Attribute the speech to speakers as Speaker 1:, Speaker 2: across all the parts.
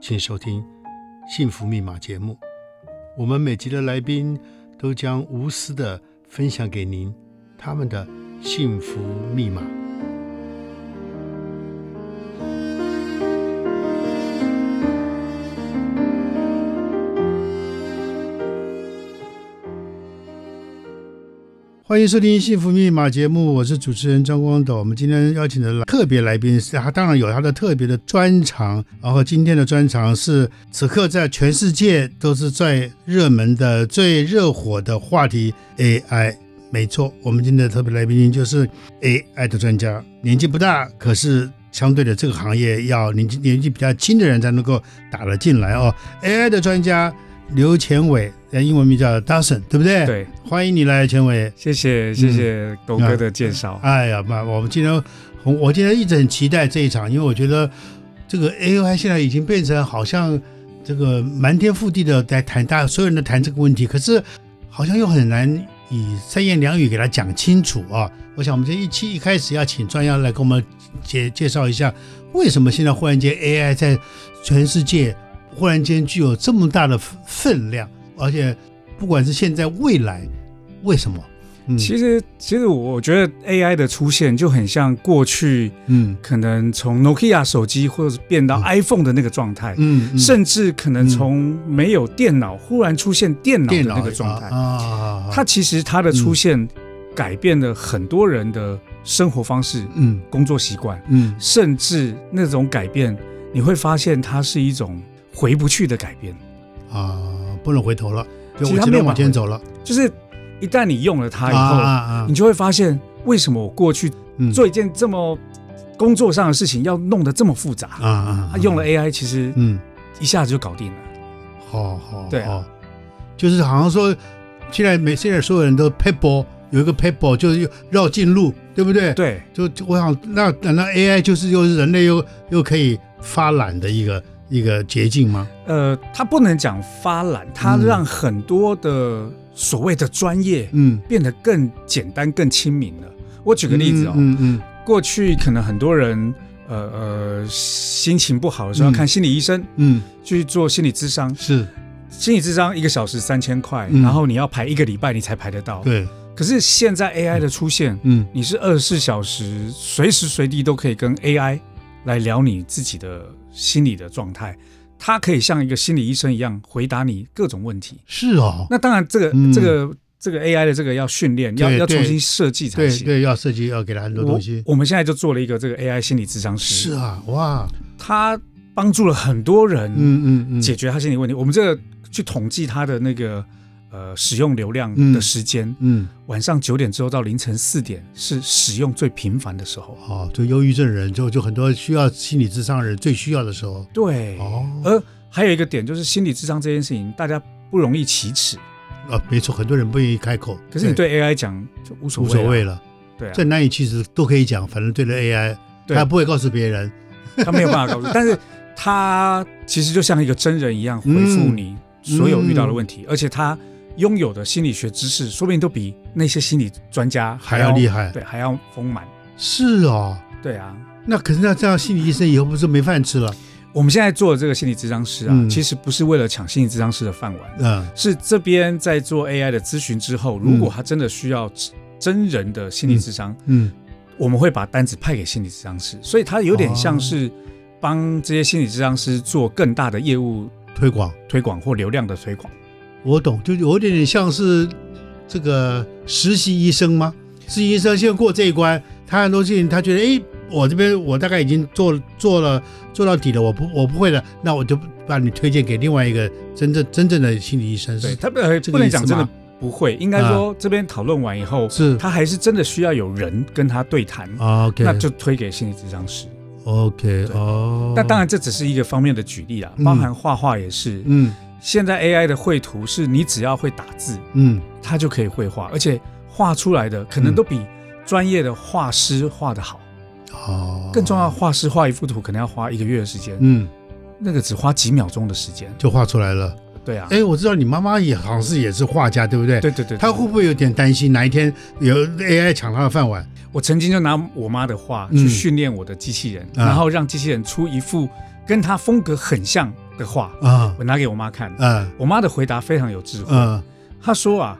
Speaker 1: 请收听《幸福密码》节目，我们每集的来宾都将无私的分享给您他们的幸福密码。欢迎收听《幸福密码》节目，我是主持人张光斗。我们今天邀请的来特别来宾是他，当然有他的特别的专长。然后今天的专长是此刻在全世界都是最热门的、最热火的话题 AI。没错，我们今天的特别来宾就是 AI 的专家，年纪不大，可是相对的这个行业要年纪年纪比较轻的人才能够打得进来哦。AI 的专家刘前伟，呃英文名叫 Dawson，对不 对？嗯
Speaker 2: 对，
Speaker 1: 欢迎你来，前伟。
Speaker 2: 谢谢谢谢狗哥的介绍。
Speaker 1: 哎呀妈，我们今天我我今天一直很期待这一场，因为我觉得这个 AI 现在已经变成好像这个瞒天覆地的在谈大，家所有人都谈这个问题，可是好像又很难以三言两语给它讲清楚啊。我想我们这一期一开始要请专家来给我们介介绍一下，为什么现在忽然间 AI 在全世界忽然间具有这么大的分量，而且不管是现在未来，为什么？嗯
Speaker 2: 其实其实我觉得 AI 的出现就很像过去
Speaker 1: 嗯
Speaker 2: 可能从 Nokia 手机或者是变到
Speaker 1: 嗯
Speaker 2: iPhone 的那个状态。
Speaker 1: 嗯，嗯
Speaker 2: 甚至可能从没有电脑，忽然出现电脑的
Speaker 1: 电脑
Speaker 2: 那个状态，
Speaker 1: 啊啊啊啊
Speaker 2: 它其实它的出现改变了很多人的生活方式、
Speaker 1: 嗯
Speaker 2: 工作习惯，
Speaker 1: 嗯
Speaker 2: 甚至那种改变，你会发现它是一种回不去的改变。
Speaker 1: 啊，不能回头了，就
Speaker 2: 其
Speaker 1: 我
Speaker 2: 实他
Speaker 1: 只
Speaker 2: 没
Speaker 1: 能
Speaker 2: 有
Speaker 1: 往
Speaker 2: 往
Speaker 1: 前
Speaker 2: 回
Speaker 1: 走了。
Speaker 2: 就是一旦你用了它以
Speaker 1: 啊
Speaker 2: 后，
Speaker 1: 啊啊
Speaker 2: 你就会发现为什么我过去
Speaker 1: 嗯
Speaker 2: 做一件这么工作上的事情要弄得这么复杂，
Speaker 1: 啊啊
Speaker 2: 啊
Speaker 1: 啊
Speaker 2: 用了 AI 其实
Speaker 1: 嗯，
Speaker 2: 一下子就搞定了。
Speaker 1: 好好
Speaker 2: 对
Speaker 1: 好
Speaker 2: 啊，
Speaker 1: 就是好像说现在每现在所有人都 paper 有一个 paper 就是绕近路，对不对？
Speaker 2: 对，
Speaker 1: 就就我想，那难道 AI 就是又是人类又又可以发懒的一个一个捷径吗？
Speaker 2: 呃，它不能讲发懒，它
Speaker 1: 嗯
Speaker 2: 让很多的所谓的专业
Speaker 1: 嗯，
Speaker 2: 变得更简单、更亲民了。我举
Speaker 1: 举
Speaker 2: 个例子哦，
Speaker 1: 嗯嗯
Speaker 2: 过去可能很多人。呃呃，心情不好的时
Speaker 1: 嗯
Speaker 2: 候要看心理医生，
Speaker 1: 嗯，
Speaker 2: 去做心理咨商。
Speaker 1: 是
Speaker 2: 心理咨商一个小时三千块，
Speaker 1: 嗯
Speaker 2: 然后你要排一个礼拜，你才排得到。
Speaker 1: 对，
Speaker 2: 可是现在 AI 的出现，
Speaker 1: 嗯
Speaker 2: 你是二十四小时随时随地都可以跟 AI 来聊你自己的心理的状态，它可以像一个心理医生一样回答你各种问题。
Speaker 1: 是哦，
Speaker 2: 那当然，这个、
Speaker 1: 嗯
Speaker 2: 这个这个 AI 的这个要训练，
Speaker 1: 对
Speaker 2: 要要
Speaker 1: 对
Speaker 2: 重新设计才
Speaker 1: 对
Speaker 2: 行。
Speaker 1: 对，要设计要给他很多
Speaker 2: 我
Speaker 1: 东西，
Speaker 2: 我们现在就做了一个这个 AI 心理咨商师，
Speaker 1: 是啊，哇，
Speaker 2: 它帮助了很多人
Speaker 1: 嗯嗯嗯，
Speaker 2: 解决他心理问题。我们这个去统计他的那个呃使用流量
Speaker 1: 嗯
Speaker 2: 的时间，
Speaker 1: 嗯。
Speaker 2: 晚上九点之后到凌晨四点是使用最频繁的时候。
Speaker 1: 哦，就忧郁症人，就就很多需要心理智商人最需要的时候。
Speaker 2: 对，
Speaker 1: 哦，
Speaker 2: 而还有一个点就是心理智商这件事情，大家不容易启齿。
Speaker 1: 啊，没错，很多人不愿意开口。
Speaker 2: 可是你对 AI 讲就无所
Speaker 1: 无
Speaker 2: 谓、啊，
Speaker 1: 所谓，了，
Speaker 2: 对啊
Speaker 1: 再，难以其实都可以讲，反正对了 AI，
Speaker 2: 对啊
Speaker 1: 他不会告诉别人。
Speaker 2: 他没有办法 告诉你，但是他其实就像一个真人一样回复你
Speaker 1: 嗯
Speaker 2: 所有遇到的问题，而且他拥有的心理学知识，说不定都比那些心理专家
Speaker 1: 还
Speaker 2: 要
Speaker 1: 要厉害
Speaker 2: 对，还要丰满。
Speaker 1: 是哦，
Speaker 2: 对啊，
Speaker 1: 那可是那这样心理医生以后不是没饭吃了？
Speaker 2: 我们现在做的这个心理智商师啊，
Speaker 1: 嗯
Speaker 2: 其实不是为了抢心理智商师的饭碗，
Speaker 1: 嗯
Speaker 2: 是这边在做 AI 的咨询之后，如果他真的需要真人的心理智商，
Speaker 1: 嗯，
Speaker 2: 我们会把单子派给心理智商师，所以他有点像是帮这些心理智商师做更大的业务
Speaker 1: 推广
Speaker 2: 推广或流量的推广。
Speaker 1: 我懂，就有点点像是这个实习医生吗？实习医生先过这一关，他很多事情他觉得，哎，我这边我大概已经做做了做到底了，我不我不会了，那我就把你推荐给另外一个真正真正的心理医生。
Speaker 2: 对
Speaker 1: 是
Speaker 2: 他呃
Speaker 1: 这个
Speaker 2: 不能
Speaker 1: 意思
Speaker 2: 讲真的
Speaker 1: 吗
Speaker 2: 不会，应该说这边讨论完以后，
Speaker 1: 是啊
Speaker 2: 他还是真的需要有人跟他对谈，
Speaker 1: ，OK，哦
Speaker 2: 那就推给心理智商师。
Speaker 1: OK，
Speaker 2: 对
Speaker 1: 哦。
Speaker 2: 但当然，这只是一个方面的举例啊，
Speaker 1: 嗯
Speaker 2: 包含画画也是。
Speaker 1: 嗯
Speaker 2: 现在 AI 的绘图是你只要会打字，
Speaker 1: 嗯
Speaker 2: 它就可以绘画，而且画出来的可能
Speaker 1: 嗯
Speaker 2: 都比专业的画师画的好。
Speaker 1: 哦，
Speaker 2: 更重要，画师画一幅图可能要花一个月的时间，
Speaker 1: 嗯，
Speaker 2: 那个只花几秒钟的时间。
Speaker 1: 就画出来了。
Speaker 2: 对啊，
Speaker 1: 哎，我知道你妈妈也好像是也是画家，对不对？
Speaker 2: 对对对，
Speaker 1: 她
Speaker 2: 他
Speaker 1: 会不会有点担心哪一天有 AI 抢她的饭碗？
Speaker 2: 我曾经就拿我妈的画去
Speaker 1: 嗯
Speaker 2: 训练我的机器人，
Speaker 1: 啊
Speaker 2: 然后让机器人出一幅跟她风格很像的画，
Speaker 1: 啊
Speaker 2: 我拿给我妈看。
Speaker 1: 啊
Speaker 2: 我妈的回答非常有智慧，
Speaker 1: 啊！
Speaker 2: 她说啊，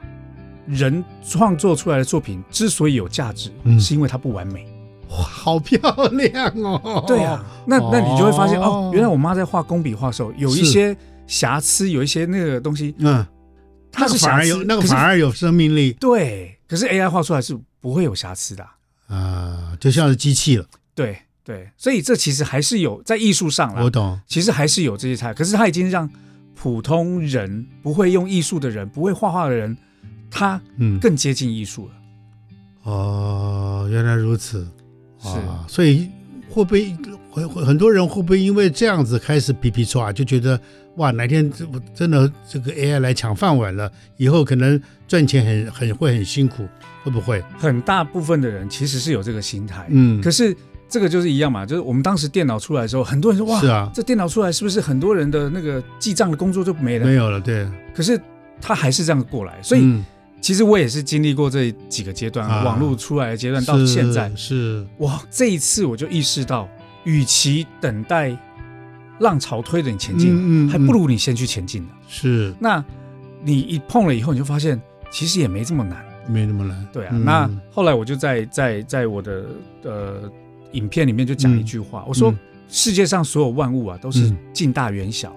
Speaker 2: 人创作出来的作品之所以有价值，
Speaker 1: 嗯
Speaker 2: 是因为它不完美。
Speaker 1: 哇，好漂亮哦！
Speaker 2: 对啊，那那你就会发现
Speaker 1: 哦
Speaker 2: 哦，原来我妈在画工笔画的时候有一
Speaker 1: 是
Speaker 2: 些瑕疵，有一些那个东西，
Speaker 1: 嗯，
Speaker 2: 它
Speaker 1: 那
Speaker 2: 是
Speaker 1: 个反
Speaker 2: 瑕疵，
Speaker 1: 而有那个
Speaker 2: 可是
Speaker 1: 反而有生命力
Speaker 2: 对，可是 AI 画出来是不会有瑕疵的啊、
Speaker 1: 啊，就像是机器了。
Speaker 2: 对对，所以这其实还是有在艺术上
Speaker 1: 我
Speaker 2: 啦，
Speaker 1: 懂，
Speaker 2: 其实还是有这些差异。可是它已经让普通人不会用艺术的人，不会画画的人，他
Speaker 1: 嗯，
Speaker 2: 更接近艺术了。
Speaker 1: 哦，原来如此，
Speaker 2: 是
Speaker 1: 哇，所以会不会会会很多人会不会因为这样子开始皮皮抓，就觉得哇，哪天这我真的这个 AI 来抢饭碗了，以后可能赚钱很很会很辛苦，会不会？
Speaker 2: 很大部分的人其实是有这个心态，
Speaker 1: 嗯
Speaker 2: 哎可是这个就是一样嘛，就是我们当时电脑出来的时候，很多人说哇，
Speaker 1: 是啊，
Speaker 2: 这电脑出来是不是很多人的那个记账的工作就没了？
Speaker 1: 没有了，对，
Speaker 2: 可是他还是这样过来，所以
Speaker 1: 嗯
Speaker 2: 其实我也是经历过这几个阶段，
Speaker 1: 啊
Speaker 2: 网络出来的阶段到现在，
Speaker 1: 是
Speaker 2: 哇，这一次我就意识到，与其等待浪潮推着你前进，
Speaker 1: 嗯
Speaker 2: 还不如你先去前进呢。
Speaker 1: 是
Speaker 2: 那你一碰了以后，你就发现其实也没这么难，
Speaker 1: 没那么难，
Speaker 2: 对啊。
Speaker 1: 嗯
Speaker 2: 那后来我就在在在我的呃影片里面就讲一句话，我说、
Speaker 1: 嗯
Speaker 2: 世界上所有万物啊都是
Speaker 1: 嗯
Speaker 2: 近大远小，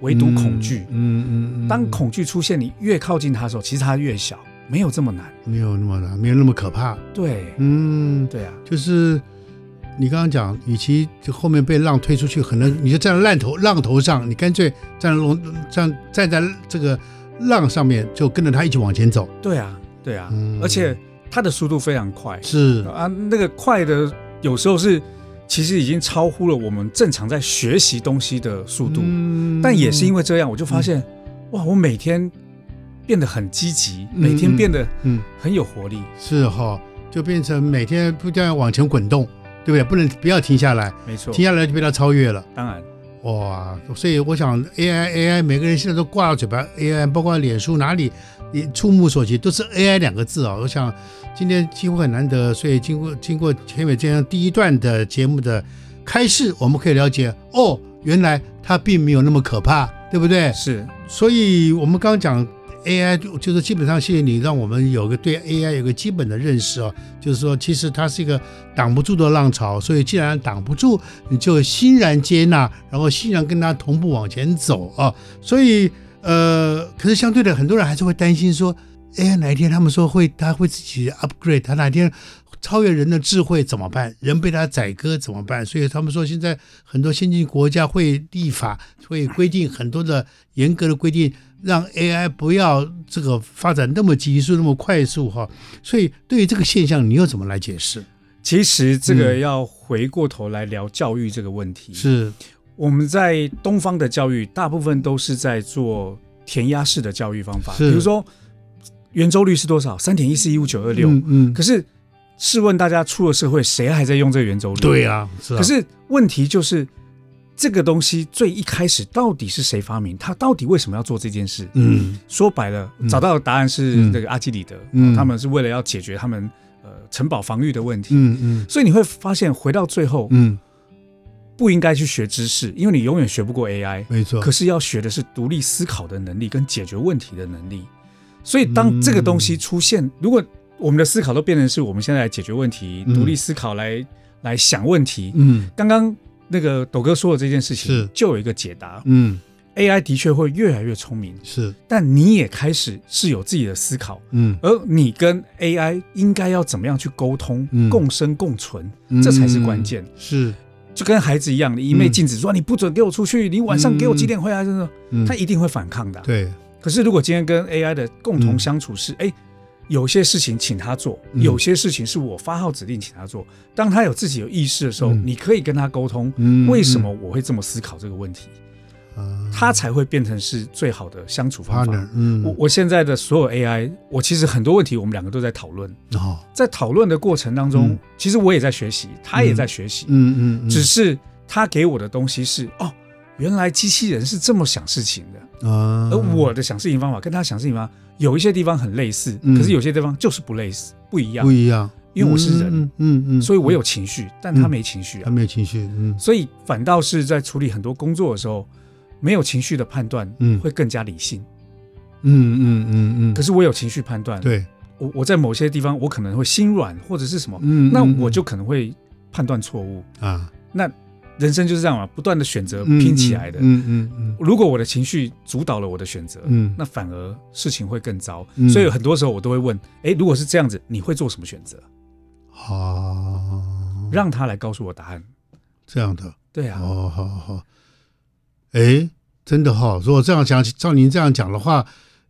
Speaker 2: 唯独恐惧。
Speaker 1: 嗯嗯嗯，
Speaker 2: 当
Speaker 1: 嗯
Speaker 2: 恐惧出现，你越靠近它的时候，其实它越小，没有这么难。
Speaker 1: 没有那么难，没有那么可怕，
Speaker 2: 对，
Speaker 1: 嗯，
Speaker 2: 对啊，
Speaker 1: 就是你刚刚讲，与其就后面被浪推出去，可能你就站在浪头浪头上，你干脆站在龙站站在这个浪上面，就跟着它一起往前走。
Speaker 2: 对啊，对啊，
Speaker 1: 嗯
Speaker 2: 而且它的速度非常快。
Speaker 1: 是
Speaker 2: 啊，那个快的有时候是其实已经超乎了我们正常在学习东西的速度，
Speaker 1: 嗯
Speaker 2: 但也是因
Speaker 1: 为
Speaker 2: 为这样，我就发现、
Speaker 1: 嗯
Speaker 2: 哇，我每天变得很积极，
Speaker 1: 嗯
Speaker 2: 每天变得
Speaker 1: 嗯
Speaker 2: 很有活力，
Speaker 1: 是哈、就变成每天不断往前滚动，对不对？不能不要停下来，
Speaker 2: 没错，
Speaker 1: 停下来就被它超越了。
Speaker 2: 当然
Speaker 1: 哇，所以我想 AI AI 每个人现在都挂到嘴巴 AI，包括脸书哪里，也触目所及都是 AI 两个字啊、我想今天机会很难得，所以经过经过田伟这样第一段的节目的开示，我们可以了解哦，原来它并没有那么可怕，对不对？
Speaker 2: 是
Speaker 1: 所以我们刚刚讲 AI，就就是基本上谢谢你让我们有个对 AI 有个基本的认识哦，就是说其实它是一个挡不住的浪潮，所以既然挡不住，你就欣然接纳，然后欣然跟它同步往前走啊。所以呃，可是相对的，很多人还是会担心说，AI 哪一天他们说会，它会自己 upgrade，它哪天。超越人的智慧怎么办？人被它宰割怎么办？所以他们说，现在很多先进国家会立法，会规定很多的严格的规定，让 AI 不要这个发展那么急速、那么快速哈。所以对于这个现象，你又怎么来解释？
Speaker 2: 其实这个
Speaker 1: 嗯
Speaker 2: 要回过头来聊教育这个问题，
Speaker 1: 是，
Speaker 2: 我们在东方的教育大部分都是在做填鸭式的教育方法，
Speaker 1: 是
Speaker 2: 比如说圆周率是多少？三点一四一五九二六。
Speaker 1: 嗯嗯，
Speaker 2: 可是试问大家，出了社会，谁还在用这个圆周率？
Speaker 1: 对、啊，是啊，
Speaker 2: 可是问题就是，这个东西最一开始到底是谁发明？他到底为什么要做这件事？
Speaker 1: 嗯，
Speaker 2: 说白了，
Speaker 1: 嗯
Speaker 2: 找到的答案是
Speaker 1: 嗯
Speaker 2: 那个阿基里德，
Speaker 1: 嗯
Speaker 2: 哦他们是为了要解决他们呃城堡防御的问题。
Speaker 1: 嗯嗯
Speaker 2: 所以你会发现，回到最后，
Speaker 1: 嗯，
Speaker 2: 不应该去学知识，因为你永远学不过 AI。
Speaker 1: 没错，
Speaker 2: 可是要学的是独立思考的能力跟解决问题的能力。所以当
Speaker 1: 嗯
Speaker 2: 这个东西出现，如果我们的思考都变成是我们现在来解决问题、
Speaker 1: 嗯
Speaker 2: 独立思考来来想问题，
Speaker 1: 嗯
Speaker 2: 刚刚那个斗哥说的这件事
Speaker 1: 是
Speaker 2: 情，就有一个解答。
Speaker 1: 嗯
Speaker 2: AI 的确会越来越聪明，
Speaker 1: 是，
Speaker 2: 但你也开始是有自己的思考，
Speaker 1: 嗯，
Speaker 2: 而你跟 AI 应该要怎么样去沟通、
Speaker 1: 嗯
Speaker 2: 共生共存，这才是关键。
Speaker 1: 是，
Speaker 2: 就跟孩子一样，你一昧
Speaker 1: 嗯
Speaker 2: 禁止说、你不准给我出去，你晚上给我几点回来？真的、
Speaker 1: 嗯
Speaker 2: 他一定会反抗的啊、
Speaker 1: 对，
Speaker 2: 可是如果今天跟 AI 的共同相处是，哎、有些事情请他做，
Speaker 1: 嗯
Speaker 2: 有些事情是我发号指令请他做。当他有自己有意识的时候，
Speaker 1: 嗯
Speaker 2: 你可以跟他沟通，
Speaker 1: 嗯
Speaker 2: 为什么我会这么思考这个问题，
Speaker 1: 啊
Speaker 2: 他才会变成是最好的相处方法。
Speaker 1: partner，嗯，
Speaker 2: 我我现在的所有 AI，我其实很多问题我们两个都在讨论，
Speaker 1: 哦，
Speaker 2: 在讨论的过程当中，
Speaker 1: 嗯
Speaker 2: 其实我也在学习，他也在学习，
Speaker 1: 嗯嗯嗯，
Speaker 2: 只是他给我的东西是哦，原来机器人是这么想事情的，
Speaker 1: 啊，
Speaker 2: 而我的想事情方法跟他想事情方法有一些地方很类似，
Speaker 1: 嗯
Speaker 2: 可是有些地方就是不类似，不一样
Speaker 1: 不，一样，
Speaker 2: 因为我是人，
Speaker 1: 嗯嗯嗯，
Speaker 2: 所以我有情绪，但他没情绪
Speaker 1: 他
Speaker 2: 啊，
Speaker 1: 没有情绪，嗯
Speaker 2: 所以反倒是在处理很多工作的时候，没有情绪的判断
Speaker 1: 嗯
Speaker 2: 会更加理性。
Speaker 1: 嗯嗯嗯嗯，
Speaker 2: 可是我有情绪判断，
Speaker 1: 对，
Speaker 2: 我我在某些地方我可能会心软或者是什么，
Speaker 1: 嗯，
Speaker 2: 那
Speaker 1: 嗯
Speaker 2: 我就可能会判断错误。
Speaker 1: 啊
Speaker 2: 那人生就是这样嘛，不断的选择呃拼起来的。
Speaker 1: 嗯嗯嗯
Speaker 2: 如果我的情绪主导了我的选择，
Speaker 1: 嗯，
Speaker 2: 那反而事情会更糟。
Speaker 1: 嗯
Speaker 2: 所以很多时候我都会问：诶，如果是这样子，你会做什么选择？
Speaker 1: 好，
Speaker 2: 让他来告诉我答案。
Speaker 1: 这样的，
Speaker 2: 对啊，
Speaker 1: 哦，好好，哎，真的哈、如果这样讲，照您这样讲的话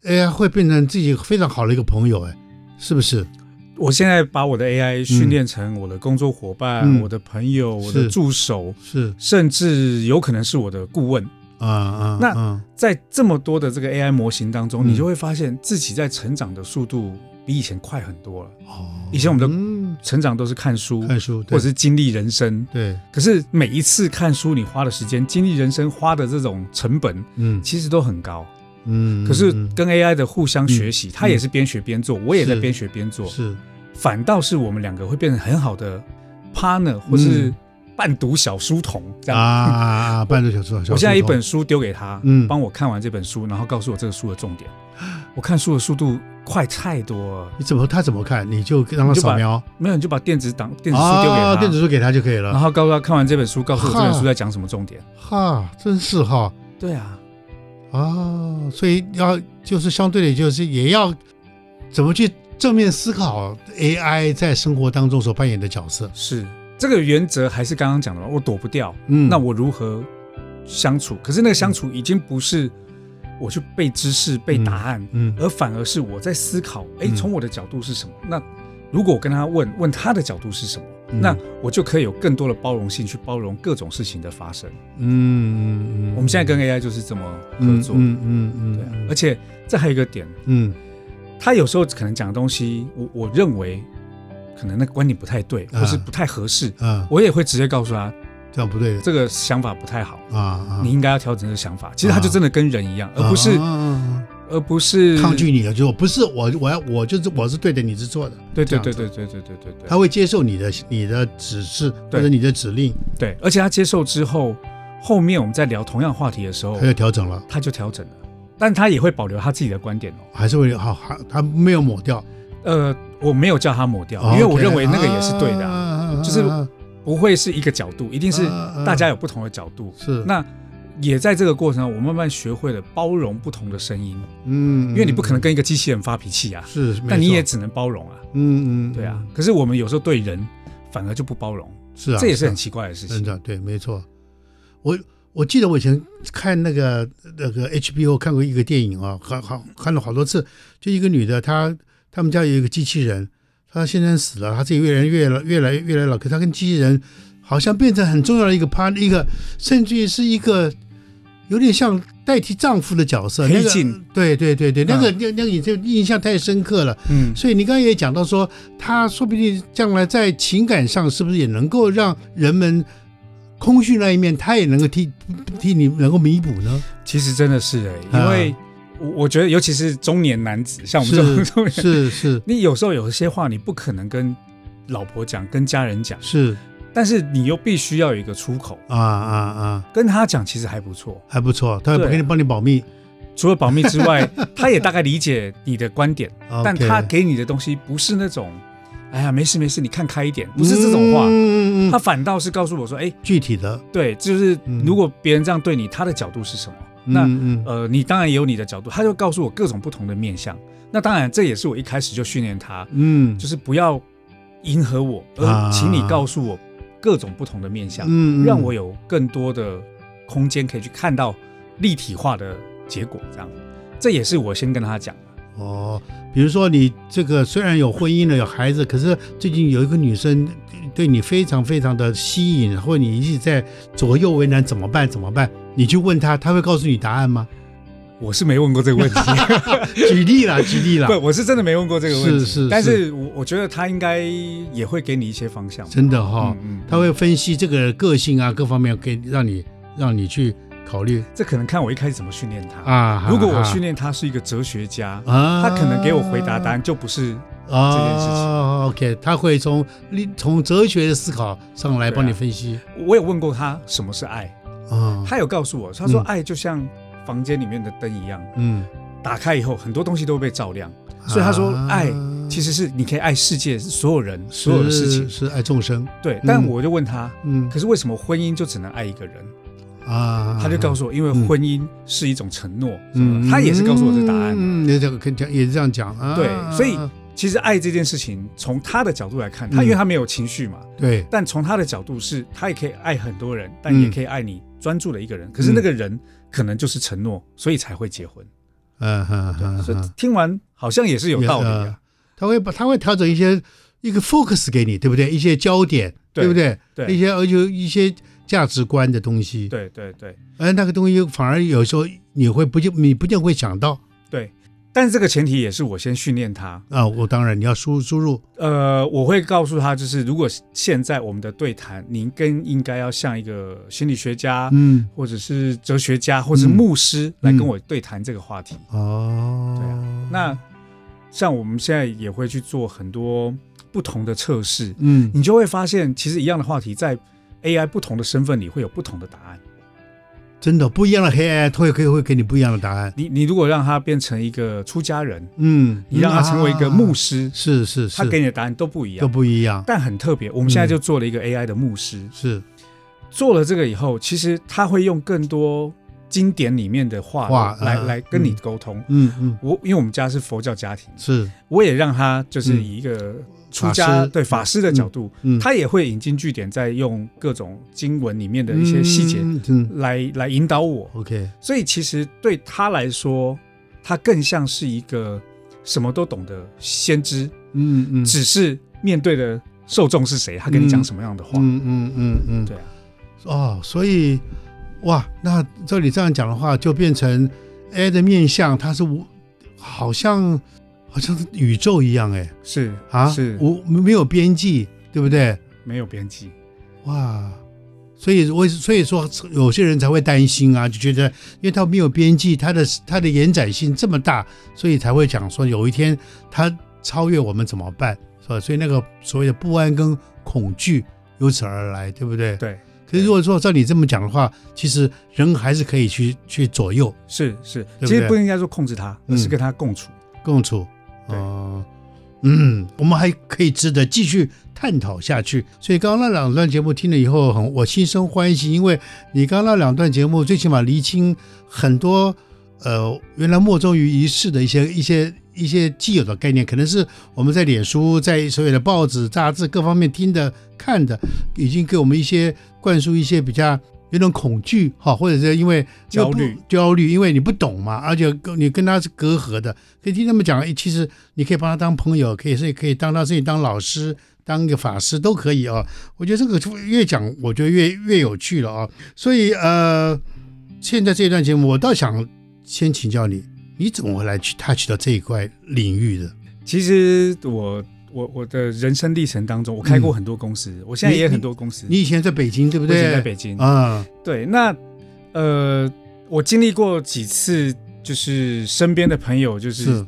Speaker 1: ，AI 会变成自己非常好的一个朋友，哎，是不是？
Speaker 2: 我现在把我的 AI 训练成我的工作伙伴、
Speaker 1: 嗯
Speaker 2: 我的朋友、我的
Speaker 1: 是
Speaker 2: 助手，
Speaker 1: 是
Speaker 2: 甚至有可能是我的顾问。
Speaker 1: 啊啊，
Speaker 2: 那
Speaker 1: 啊
Speaker 2: 在这么多的这个 AI 模型当中，
Speaker 1: 嗯
Speaker 2: 你就会发现自己在成长的速度比以前快很多了。
Speaker 1: 哦，
Speaker 2: 以前我们的
Speaker 1: 嗯
Speaker 2: 成长都是看书，
Speaker 1: 看书，
Speaker 2: 或
Speaker 1: 对
Speaker 2: 者是经历人生，
Speaker 1: 对，
Speaker 2: 可是每一次看书你花的时间、经历人生花的这种成本，
Speaker 1: 嗯
Speaker 2: 其实都很高。
Speaker 1: 嗯，
Speaker 2: 可是
Speaker 1: 嗯
Speaker 2: 跟 AI 的互相学习，它也是边学边做，我也在
Speaker 1: 是
Speaker 2: 边学边做，
Speaker 1: 是
Speaker 2: 反倒是我们两个会变成很好的 partner 或是伴读小书童这
Speaker 1: 嗯啊
Speaker 2: 样。
Speaker 1: 啊啊啊，半个小时，小
Speaker 2: 我现在
Speaker 1: 书
Speaker 2: 一
Speaker 1: 童
Speaker 2: 本书丢给他，
Speaker 1: 嗯
Speaker 2: 帮我看完这本书，然后告诉我这个书的重点。我看书的速度快太多了，
Speaker 1: 你怎么他怎么看，你就让他
Speaker 2: 你就把
Speaker 1: 扫描，
Speaker 2: 没有你就把电子档、电子书丢给他，
Speaker 1: 啊，电子书给他就可以
Speaker 2: 然
Speaker 1: 了。
Speaker 2: 后告诉他看完这本书，告诉我这本
Speaker 1: 哈
Speaker 2: 书在讲什么重点。
Speaker 1: 哈，真是哈
Speaker 2: 对啊，
Speaker 1: 啊，所以要就是相对的，就是也要怎么去正面思考 AI 在生活当中所扮演的角色。
Speaker 2: 是这个原则还是刚刚讲的嘛？我躲不掉，
Speaker 1: 嗯
Speaker 2: 那我如何相处？可是那个相处已经不是我去背知识、背答案，
Speaker 1: 嗯
Speaker 2: 而反而是我在思考：哎，
Speaker 1: 嗯
Speaker 2: 从我的角度是什么？那如果我跟他问问他的角度是什么，
Speaker 1: 嗯
Speaker 2: 那我就可以有更多的包容性去包容各种事情的发生。
Speaker 1: 嗯嗯嗯
Speaker 2: 我们现在跟 AI 就是这么合
Speaker 1: 嗯
Speaker 2: 作，
Speaker 1: 嗯嗯嗯，
Speaker 2: 对啊。而且这还有一个点，
Speaker 1: 嗯
Speaker 2: 他有时候可能讲的东西，我我认为可能那个观点不太对，
Speaker 1: 啊
Speaker 2: 或是不太合适，
Speaker 1: 啊，
Speaker 2: 我也会直接告诉他
Speaker 1: 这样不对
Speaker 2: 这个想法不太好，
Speaker 1: 啊啊，
Speaker 2: 你应该要调整这个想法。其实他就真的跟人一样，而不是
Speaker 1: 啊啊
Speaker 2: 而不是
Speaker 1: 抗拒。你的，就不是我我要我就是我是对的，你是错的，
Speaker 2: 对对
Speaker 1: 这
Speaker 2: 对
Speaker 1: 样子
Speaker 2: 对对对对对
Speaker 1: 他
Speaker 2: 对。
Speaker 1: 会接受你的你的指示或
Speaker 2: 对
Speaker 1: 者你的指令，
Speaker 2: 对，而且他接受之后，后面我们在聊同样话题的时候
Speaker 1: 他，就调整了，
Speaker 2: 他就调整了，但他也会保留他自己的观点哦。
Speaker 1: 还是会好还他没有抹掉，
Speaker 2: 呃，我没有叫他抹掉，
Speaker 1: 哦
Speaker 2: 因为我
Speaker 1: OK，
Speaker 2: 认为那个也是对的啊，
Speaker 1: 啊
Speaker 2: 就是
Speaker 1: 啊啊
Speaker 2: 不会是一个角度，一定是
Speaker 1: 啊啊
Speaker 2: 大家有不同的角度。
Speaker 1: 是
Speaker 2: 那也在这个过程中，我慢慢学会了包容不同的声音，
Speaker 1: 嗯，
Speaker 2: 因为你不可能
Speaker 1: 嗯
Speaker 2: 跟一个机器人发脾气啊，
Speaker 1: 是，
Speaker 2: 但
Speaker 1: 没
Speaker 2: 你
Speaker 1: 错
Speaker 2: 也只能包容啊，
Speaker 1: 嗯嗯，
Speaker 2: 对啊
Speaker 1: 嗯，。
Speaker 2: 可是我们有时候对人反而就不包容，
Speaker 1: 是啊，
Speaker 2: 这也是很
Speaker 1: 啊
Speaker 2: 奇怪的事
Speaker 1: 真
Speaker 2: 情。
Speaker 1: 的，对，没错。我我记得我以前看那个那个 HBO 看过一个电影啊，好好看了好多次，就一个女的，她他们家有一个机器人，她先生死了，她自己越来越老，越来越来越老，可她跟机器人好像变成很重要的一个 part，一个甚至于是一个有点像代替丈夫的角色。
Speaker 2: 黑
Speaker 1: 那个
Speaker 2: 镜，
Speaker 1: 对对对对，那个那那个你就印象太深刻了。
Speaker 2: 嗯，
Speaker 1: 所以你刚刚也讲到说，他说不定将来在情感上是不是也能够让人们空虚那一面，他也能够替替你能够弥补 呢？
Speaker 2: 其实真的是哎、
Speaker 1: 啊
Speaker 2: 因为我我觉得，尤其是中年男子，像我们这种
Speaker 1: 是
Speaker 2: 中年，
Speaker 1: 是是
Speaker 2: 你有时候有一些话你不可能跟老婆讲，跟家人讲，
Speaker 1: 是
Speaker 2: 但是你又必须要有一个出口，
Speaker 1: 啊啊啊，
Speaker 2: 跟他讲其实还不错。
Speaker 1: 还不错，他
Speaker 2: 对
Speaker 1: 不给你帮你保密，
Speaker 2: 除了保密之 外，他也大概理解你的观点，但
Speaker 1: OK
Speaker 2: 他给你的东西不是那种，哎呀，没事没事，你看开一点，不是这种话，
Speaker 1: 嗯嗯嗯
Speaker 2: 他反倒是告诉我说，哎，
Speaker 1: 具体的，
Speaker 2: 对，就是
Speaker 1: 嗯
Speaker 2: 如果别人这样对你，他的角度是什么？那
Speaker 1: 嗯嗯
Speaker 2: 呃，你当然也有你的角度，他就告诉我各种不同的面相。那当然，这也是我一开始就训练他，
Speaker 1: 嗯
Speaker 2: 就是不要迎合我，
Speaker 1: 啊
Speaker 2: 而请你告诉我各种不同的面相，
Speaker 1: 嗯
Speaker 2: 让我有更多的空间可以去看到立体化的结果。这样，这也是我先跟他讲的。
Speaker 1: 哦，比如说你这个虽然有婚姻了，有孩子，可是最近有一个女生对你非常非常的吸引，或者你一直在左右为难，怎么办？怎么办？你去问她，她会告诉你答案 吗？
Speaker 2: 我是没问过这 个问题，
Speaker 1: 举例啦，举例啦
Speaker 2: 不，，我是真的没问过这个问题。
Speaker 1: 啊是是
Speaker 2: 但
Speaker 1: 是
Speaker 2: 是我我觉得他应该也会给你一些方向。
Speaker 1: 真的哈、
Speaker 2: 嗯嗯
Speaker 1: 她会分析这个个性啊，各方面可以让你让你去考虑
Speaker 2: 这可能看我一开始怎么训练他。
Speaker 1: 啊。
Speaker 2: 如果我
Speaker 1: 去
Speaker 2: 训练他是一个哲学家，
Speaker 1: 啊，
Speaker 2: 他可能给我回答答案就不是
Speaker 1: 啊
Speaker 2: 这件事情
Speaker 1: OK，他会从从哲学的思考上
Speaker 2: 啊
Speaker 1: 来帮你分析
Speaker 2: 我有问过他什么是爱，
Speaker 1: 啊，
Speaker 2: 他有告诉我，他说
Speaker 1: 嗯
Speaker 2: 爱就像房间里面的灯一样，
Speaker 1: 嗯，
Speaker 2: 打开以后很多东西都会被照亮。所以他说
Speaker 1: 啊
Speaker 2: 爱其实是你可以爱世界所有人所有的事情，
Speaker 1: 是是爱众生，
Speaker 2: 对
Speaker 1: 嗯。
Speaker 2: 但我就问他，
Speaker 1: 嗯
Speaker 2: 可是为什么婚姻就只能爱一个人？
Speaker 1: 啊，
Speaker 2: 他就告
Speaker 1: 诉
Speaker 2: 诉我，因为婚姻是一种承诺，
Speaker 1: 嗯，
Speaker 2: 他也是告诉我这答案。
Speaker 1: 嗯，也这样跟讲也是这样讲啊，
Speaker 2: 对所以其实爱这件事情，从他的角度来看，他
Speaker 1: 嗯
Speaker 2: 因为他没有情绪嘛，
Speaker 1: 对
Speaker 2: 但从他的角度是，他也可以爱很多人，但
Speaker 1: 嗯
Speaker 2: 也可以爱你专注的一个人。可是那个人可能就是承诺，所以才会结婚。
Speaker 1: 嗯嗯嗯，
Speaker 2: 所以听完好像也是有道理啊
Speaker 1: 也
Speaker 2: 的
Speaker 1: 呃。他会把他会调整一些一个 focus 给你，对不对？一些焦点，
Speaker 2: 对
Speaker 1: 对不对？
Speaker 2: 对
Speaker 1: 一些而且一些价值观的东西，
Speaker 2: 对对对
Speaker 1: 而那个东西反而有时候你会不见你不见会想到
Speaker 2: 对，但是这个前提也是我先训练他。
Speaker 1: 啊，我当然你要输输入，
Speaker 2: 呃，我会告诉他，就是如果现在我们的对谈，您更应该要像一个心理学家，
Speaker 1: 嗯，
Speaker 2: 或者是哲学家，或者是
Speaker 1: 嗯
Speaker 2: 牧师来跟我对谈这个话题。
Speaker 1: 哦，
Speaker 2: 对啊，那像我们现在也会去做很多不同的测试，
Speaker 1: 嗯
Speaker 2: 你就会发现，其实一样的话题在 AI 不同的身份里会有不同的答案。
Speaker 1: 真的不一样的黑暗，会会会给你不一样的答案，
Speaker 2: 你你如果让他变成一个出家人，
Speaker 1: 嗯，
Speaker 2: 你让他成为一个牧师，
Speaker 1: 啊是是是，
Speaker 2: 他给你的答案都不一
Speaker 1: 都
Speaker 2: 样。
Speaker 1: 不一样，
Speaker 2: 但很特别，我们现在就做了一
Speaker 1: 嗯
Speaker 2: 个 AI 的牧师，
Speaker 1: 是
Speaker 2: 做了这个以后，其实他会用更多经典里面的话
Speaker 1: 话
Speaker 2: 来、
Speaker 1: 啊
Speaker 2: 来跟你
Speaker 1: 嗯
Speaker 2: 沟通。
Speaker 1: 嗯嗯
Speaker 2: 我因为我们家是佛教家庭，
Speaker 1: 是，
Speaker 2: 我也让他就是以一个出家
Speaker 1: 嗯法师
Speaker 2: 对法师的角度，
Speaker 1: 嗯，
Speaker 2: 他也会引经据典，在用各种经文里面的一些细节
Speaker 1: 嗯嗯
Speaker 2: 来、来引导我。
Speaker 1: ，OK，
Speaker 2: 所以其实对他来说，他更像是一个什么都懂的先知，
Speaker 1: 嗯嗯，
Speaker 2: 只是面对的受众是谁，他跟你讲什么样的话。
Speaker 1: 嗯嗯嗯嗯，
Speaker 2: 对啊，
Speaker 1: 哦，所以哇，那照你这样讲的话，就变成 AI 的面相，它是无，好像好像是宇宙一样，哎
Speaker 2: 是
Speaker 1: 啊，
Speaker 2: 是
Speaker 1: 无没有边际，对不对？
Speaker 2: 没有编辑。
Speaker 1: 哇，所以我所以说有些人才会担心啊，就觉得因为他没有边际，他的他的延展性这么大，所以才会讲说有一天他超越我们怎么办，是吧？所以那个所谓的不安跟恐惧由此而来，对不对？
Speaker 2: 对，
Speaker 1: 可是如果说照你这么讲的话，其实人还是可以去去左右
Speaker 2: 是是，
Speaker 1: 对不对
Speaker 2: 其实不应该说控制他，而
Speaker 1: 嗯
Speaker 2: 是跟他共处。
Speaker 1: 共处。
Speaker 2: 对
Speaker 1: 哦嗯，我们还可以值得继续探讨下去。所以刚刚那两段节目听了以后，很我心生欢喜，因为你刚刚那两段节目最起码厘清很多呃原来莫衷于一是的一些一些一些既有的概念，可能是我们在脸书、在所有的报纸、杂志各方面听的、看的，已经给我们一些灌输一些比较。有种恐惧哈，或者是因为
Speaker 2: 焦虑、
Speaker 1: 焦虑，因为你不懂嘛，而且跟你跟他是隔阂的。可以听他们讲，哎，其实你可以把他当朋友，可以是可以当他自己当老师，当一个法师都可以啊、我觉得这个就越讲，我觉得越越有趣了啊、所以呃，现在这一段节目，我倒想先请教你，你怎么会来去 touch 到这一块领域的？
Speaker 2: 其实我我我的人生历程当中，我开过很多公司，我现在也有很多公司，
Speaker 1: 嗯你以前在北京对不
Speaker 2: 我以前
Speaker 1: 对？
Speaker 2: 在北京。
Speaker 1: 啊，
Speaker 2: 对，那呃，我经历过几次，就是身边的朋友就是
Speaker 1: 是